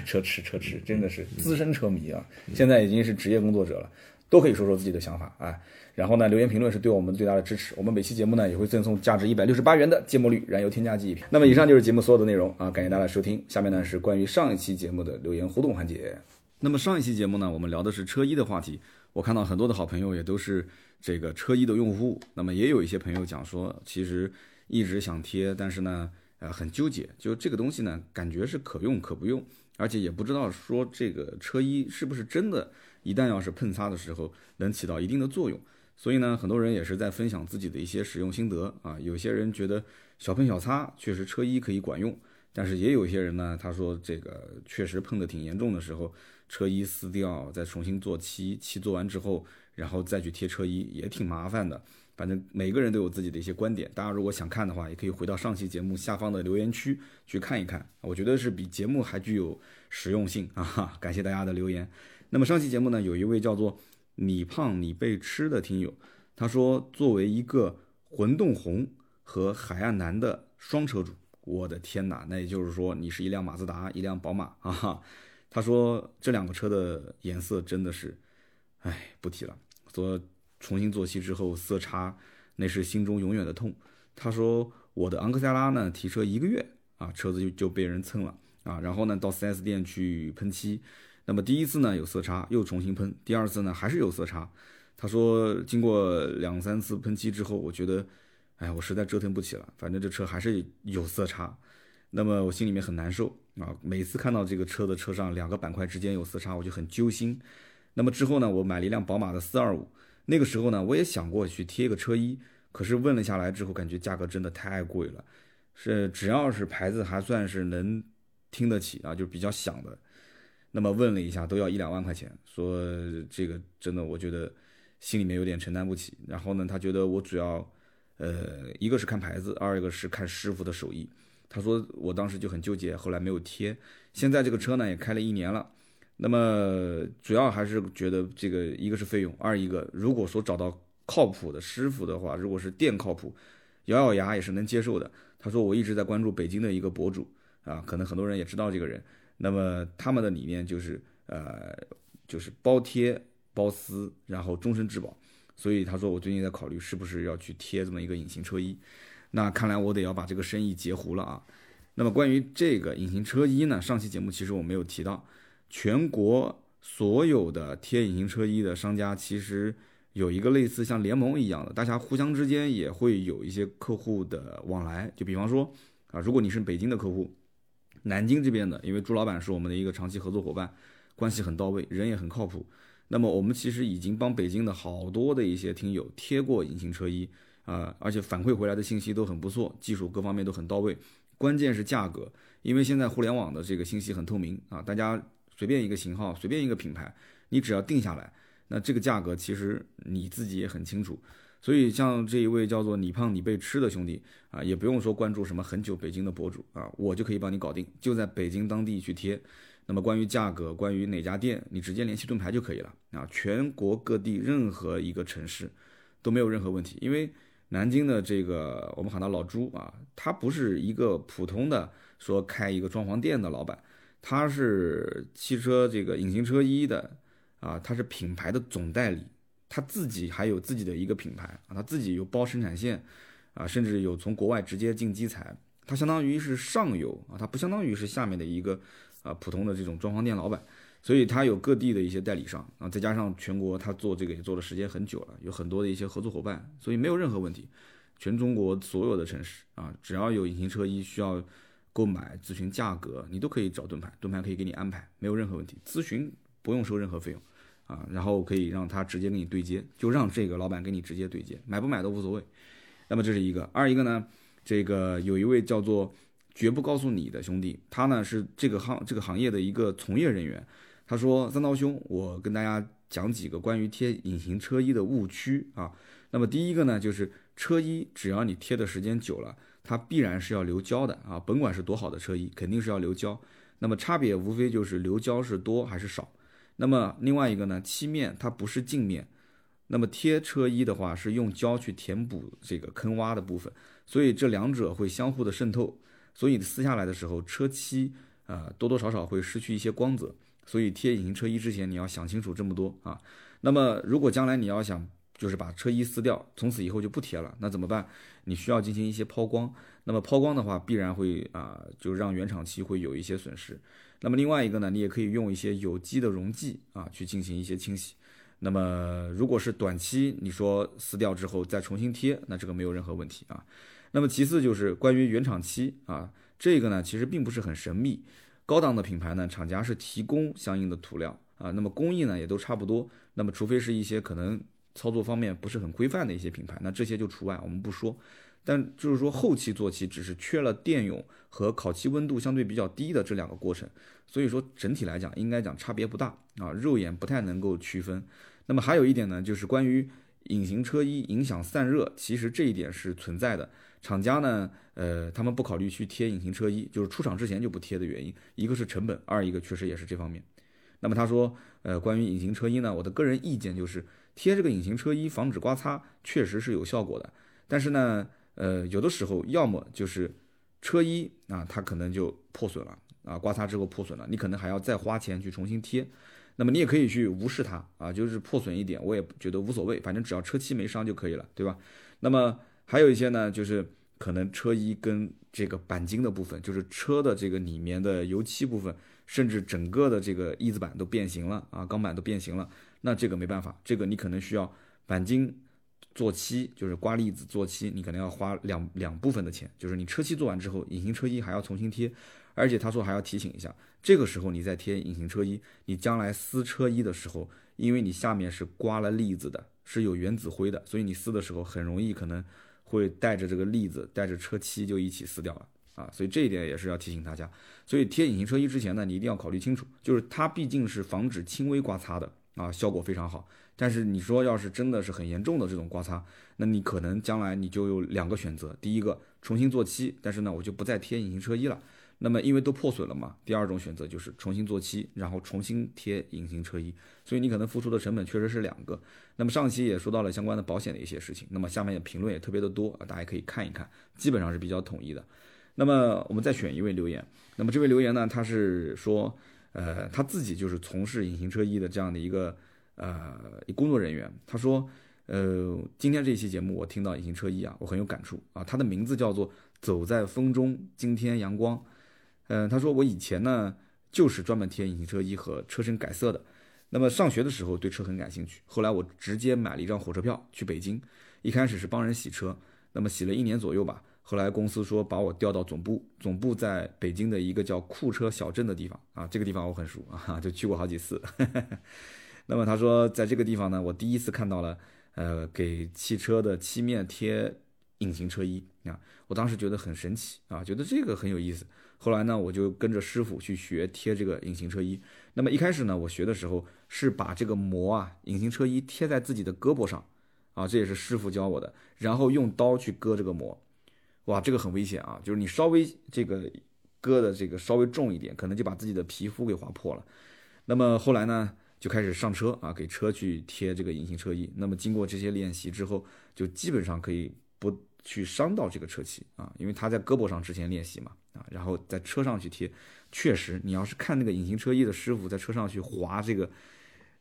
车痴车痴，真的是资深车迷啊！现在已经是职业工作者了，都可以说说自己的想法啊。然后呢，留言评论是对我们最大的支持。我们每期节目呢也会赠送价值一百六十八元的芥末绿燃油添加剂一瓶。那么以上就是节目所有的内容啊，感谢大家的收听。下面呢是关于上一期节目的留言互动环节。那么上一期节目呢，我们聊的是车衣的话题。我看到很多的好朋友也都是这个车衣的用户，那么也有一些朋友讲说，其实一直想贴，但是呢，呃，很纠结，就这个东西呢，感觉是可用可不用，而且也不知道说这个车衣是不是真的，一旦要是碰擦的时候能起到一定的作用。所以呢，很多人也是在分享自己的一些使用心得啊。有些人觉得小碰小擦确实车衣可以管用，但是也有一些人呢，他说这个确实碰得挺严重的时候，车衣撕掉，再重新做漆，漆做完之后，然后再去贴车衣，也挺麻烦的。反正每个人都有自己的一些观点，大家如果想看的话，也可以回到上期节目下方的留言区去看一看。我觉得是比节目还具有实用性啊！哈，感谢大家的留言。那么上期节目呢，有一位叫做“你胖你被吃”的听友，他说作为一个混动红和海岸蓝的双车主，我的天哪，那也就是说你是一辆马自达，一辆宝马啊！哈，他说这两个车的颜色真的是，哎，不提了。说重新做漆之后色差，那是心中永远的痛。他说我的昂克赛拉呢提车一个月啊，车子就就被人蹭了啊，然后呢到 4S 店去喷漆，那么第一次呢有色差，又重新喷，第二次呢还是有色差。他说经过两三次喷漆之后，我觉得，哎，我实在折腾不起了，反正这车还是有色差。那么我心里面很难受啊。每次看到这个车的车上两个板块之间有色差，我就很揪心。那么之后呢，我买了一辆宝马的四二五，那个时候呢，我也想过去贴一个车衣，可是问了下来之后，感觉价格真的太贵了。是只要是牌子还算是能听得起啊，就比较响的，那么问了一下都要一两万块钱，说这个真的我觉得心里面有点承担不起。然后呢，他觉得我主要呃一个是看牌子，二一个是看师傅的手艺。他说我当时就很纠结，后来没有贴。现在这个车呢也开了一年了，那么主要还是觉得这个一个是费用，二一个如果说找到靠谱的师傅的话，如果是店靠谱，咬咬牙也是能接受的。他说我一直在关注北京的一个博主啊，可能很多人也知道这个人。那么他们的理念就是呃，就是包贴包撕，然后终身质保。所以他说我最近在考虑是不是要去贴这么一个隐形车衣。那看来我得要把这个生意截胡了啊。那么关于这个隐形车衣呢，上期节目其实我没有提到，全国所有的贴隐形车衣的商家其实。有一个类似像联盟一样的，大家互相之间也会有一些客户的往来。就比方说啊，如果你是北京的客户，南京这边的，因为朱老板是我们的一个长期合作伙伴，关系很到位，人也很靠谱。那么我们其实已经帮北京的好多的一些听友贴过隐形车衣啊、呃，而且反馈回来的信息都很不错，技术各方面都很到位。关键是价格，因为现在互联网的这个信息很透明啊，大家随便一个型号，随便一个品牌，你只要定下来。那这个价格其实你自己也很清楚，所以像这一位叫做“你胖你被吃”的兄弟啊，也不用说关注什么很久北京的博主啊，我就可以帮你搞定，就在北京当地去贴。那么关于价格，关于哪家店，你直接联系盾牌就可以了啊。全国各地任何一个城市都没有任何问题，因为南京的这个我们喊他老朱啊，他不是一个普通的说开一个装潢店的老板，他是汽车这个隐形车衣的。啊，他是品牌的总代理，啊他自己还有自己的一个品牌啊，他自己有包生产线，啊，甚至有从国外直接进基材，他相当于是上游啊，他不相当于是下面的一个啊普通的这种装潢店老板，所以他有各地的一些代理商啊，再加上全国他做这个也做了时间很久了，有很多的一些合作伙伴，所以没有任何问题。全中国所有的城市啊，只要有隐形车衣需要购买、咨询价格，你都可以找盾牌，盾牌可以给你安排，没有任何问题，咨询不用收任何费用。啊，然后可以让他直接跟你对接，就让这个老板跟你直接对接，买不买都无所谓。那么这是一个，二一个呢，这个有一位叫做“绝不告诉你”的兄弟，他呢是这个行这个行业的一个从业人员。他说：“三刀兄，我跟大家讲几个关于贴隐形车衣的误区啊。那么第一个呢，就是车衣，只要你贴的时间久了，它必然是要留胶的啊，甭管是多好的车衣，肯定是要留胶。那么差别无非就是留胶是多还是少。”那么另外一个呢，漆面它不是镜面，那么贴车衣的话是用胶去填补这个坑洼的部分，所以这两者会相互的渗透，所以撕下来的时候车漆啊、呃、多多少少会失去一些光泽，所以贴隐形车衣之前你要想清楚这么多啊。那么如果将来你要想就是把车衣撕掉，从此以后就不贴了，那怎么办？你需要进行一些抛光，那么抛光的话必然会啊、呃、就让原厂漆会有一些损失。那么另外一个呢，你也可以用一些有机的溶剂啊，去进行一些清洗。那么如果是短期，你说撕掉之后再重新贴，那这个没有任何问题啊。那么其次就是关于原厂漆啊，这个呢其实并不是很神秘，高档的品牌呢，厂家是提供相应的涂料啊，那么工艺呢也都差不多。那么除非是一些可能操作方面不是很规范的一些品牌，那这些就除外，我们不说。但就是说，后期做漆只是缺了电泳和烤漆温度相对比较低的这两个过程，所以说整体来讲，应该讲差别不大啊，肉眼不太能够区分。那么还有一点呢，就是关于隐形车衣影响散热，其实这一点是存在的。厂家呢，呃，他们不考虑去贴隐形车衣，就是出厂之前就不贴的原因，一个是成本，二一个确实也是这方面。那么他说，呃，关于隐形车衣呢，我的个人意见就是贴这个隐形车衣防止刮擦，确实是有效果的，但是呢。呃，有的时候要么就是车衣啊，它可能就破损了啊，刮擦之后破损了，你可能还要再花钱去重新贴。那么你也可以去无视它啊，就是破损一点，我也觉得无所谓，反正只要车漆没伤就可以了，对吧？那么还有一些呢，就是可能车衣跟这个钣金的部分，就是车的这个里面的油漆部分，甚至整个的这个翼子板都变形了啊，钢板都变形了，那这个没办法，这个你可能需要钣金。做漆，就是刮腻子做漆，你可能要花两两部分的钱，就是你车漆做完之后，隐形车衣还要重新贴，而且他说还要提醒一下，这个时候你再贴隐形车衣，你将来撕车衣的时候，因为你下面是刮了腻子的，是有原子灰的，所以你撕的时候很容易可能会带着这个腻子，带着车漆就一起撕掉了。啊，所以这一点也是要提醒大家。所以贴隐形车衣之前呢，你一定要考虑清楚，就是它毕竟是防止轻微刮擦的啊，效果非常好。但是你说要是真的是很严重的这种刮擦，那你可能将来你就有两个选择：第一个重新做漆，但是呢我就不再贴隐形车衣了，那么因为都破损了嘛。第二种选择就是重新做漆，然后重新贴隐形车衣，所以你可能付出的成本确实是两个。那么上期也说到了相关的保险的一些事情，那么下面也评论也特别的多啊，大家可以看一看，基本上是比较统一的。那么我们再选一位留言。那么这位留言呢，他是说，呃，他自己就是从事隐形车衣的这样的一个呃工作人员。他说，呃，今天这一期节目我听到隐形车衣啊，我很有感触啊。他的名字叫做走在风中，今天阳光。嗯、呃，他说我以前呢就是专门贴隐形车衣和车身改色的。那么上学的时候对车很感兴趣，后来我直接买了一张火车票去北京，一开始是帮人洗车，那么洗了一年左右吧。后来公司说把我调到总部，总部在北京的一个叫库车小镇的地方啊，这个地方我很熟啊， 就去过好几次。那么他说，在这个地方呢，我第一次看到了，呃，给汽车的漆面贴隐形车衣啊，我当时觉得很神奇啊，觉得这个很有意思。后来呢，我就跟着师傅去学贴这个隐形车衣。那么一开始呢，我学的时候是把这个膜啊，隐形车衣贴在自己的胳膊上啊，这也是师傅教我的，然后用刀去割这个膜。哇，这个很危险啊！就是你稍微这个割的这个稍微重一点，可能就把自己的皮肤给划破了。那么后来呢，就开始上车啊，给车去贴这个隐形车衣。那么经过这些练习之后，就基本上可以不去伤到这个车漆啊，因为他在胳膊上之前练习嘛啊，然后在车上去贴，确实，你要是看那个隐形车衣的师傅在车上去划这个。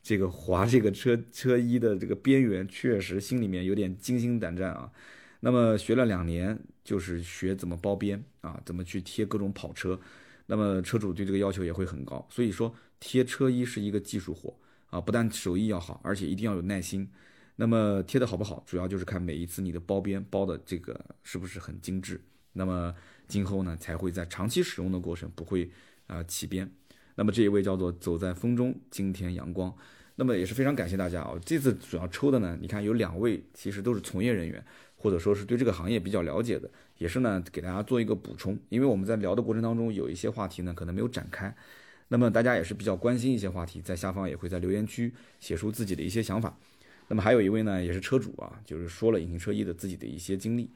这个划这个车车衣的这个边缘，确实心里面有点惊心胆战啊。那么学了两年，就是学怎么包边啊，怎么去贴各种跑车。那么车主对这个要求也会很高，所以说贴车衣是一个技术活啊，不但手艺要好，而且一定要有耐心。那么贴的好不好，主要就是看每一次你的包边包的这个是不是很精致。那么今后呢，才会在长期使用的过程不会啊、呃、起边。那么这一位叫做走在风中，今天阳光。那么也是非常感谢大家啊、哦！这次主要抽的呢，你看有两位其实都是从业人员，或者说是对这个行业比较了解的，也是呢给大家做一个补充。因为我们在聊的过程当中，有一些话题呢可能没有展开，那么大家也是比较关心一些话题，在下方也会在留言区写出自己的一些想法。那么还有一位呢也是车主啊，就是说了隐形车衣的自己的一些经历。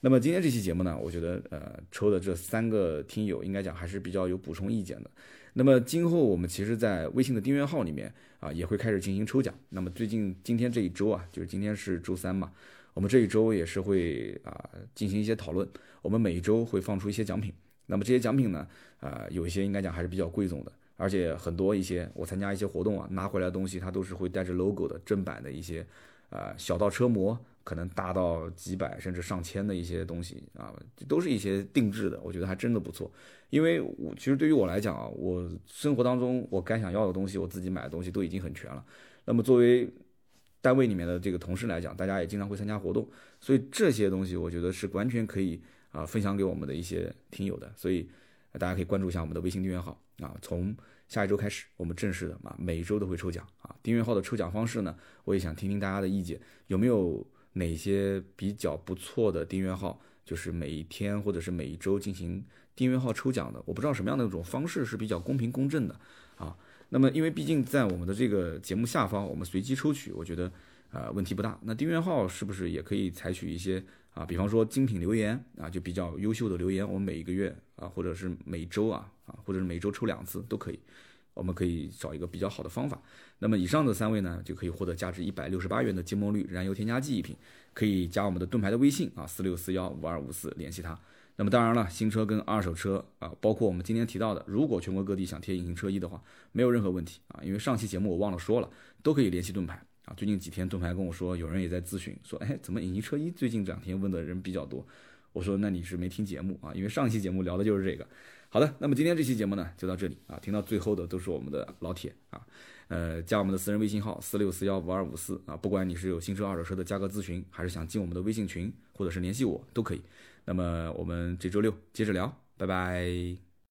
那么今天这期节目呢，我觉得呃抽的这三个听友应该讲还是比较有补充意见的。那么今后我们其实，在微信的订阅号里面啊，也会开始进行抽奖。那么最近今天这一周啊，就是今天是周三嘛，我们这一周也是会啊进行一些讨论。我们每一周会放出一些奖品。那么这些奖品呢，啊有一些应该讲还是比较贵重的，而且很多一些我参加一些活动啊，拿回来的东西它都是会带着 logo 的正版的一些啊小到车模，可能大到几百甚至上千的一些东西啊，都是一些定制的，我觉得还真的不错。因为我其实对于我来讲啊，我生活当中我该想要的东西，我自己买的东西都已经很全了。那么作为单位里面的这个同事来讲，大家也经常会参加活动，所以这些东西我觉得是完全可以啊、呃、分享给我们的一些听友的。所以大家可以关注一下我们的微信订阅号啊，从下一周开始，我们正式的嘛，每一周都会抽奖啊。订阅号的抽奖方式呢，我也想听听大家的意见，有没有哪些比较不错的订阅号，就是每一天或者是每一周进行。订阅号抽奖的，我不知道什么样的一种方式是比较公平公正的啊。那么，因为毕竟在我们的这个节目下方，我们随机抽取，我觉得呃问题不大。那订阅号是不是也可以采取一些啊，比方说精品留言啊，就比较优秀的留言，我们每一个月啊，或者是每周啊啊，或者是每周抽两次都可以。我们可以找一个比较好的方法。那么以上的三位呢，就可以获得价值一百六十八元的金墨绿燃油添加剂一瓶，可以加我们的盾牌的微信啊，四六四幺五二五四联系他。那么当然了，新车跟二手车啊，包括我们今天提到的，如果全国各地想贴隐形车衣的话，没有任何问题啊，因为上期节目我忘了说了，都可以联系盾牌啊。最近几天盾牌跟我说，有人也在咨询，说哎，怎么隐形车衣最近这两天问的人比较多？我说那你是没听节目啊，因为上期节目聊的就是这个。好的，那么今天这期节目呢就到这里啊，听到最后的都是我们的老铁啊，呃，加我们的私人微信号四六四幺五二五四啊，不管你是有新车二手车的价格咨询，还是想进我们的微信群，或者是联系我都可以。那么我们这周六接着聊，拜拜。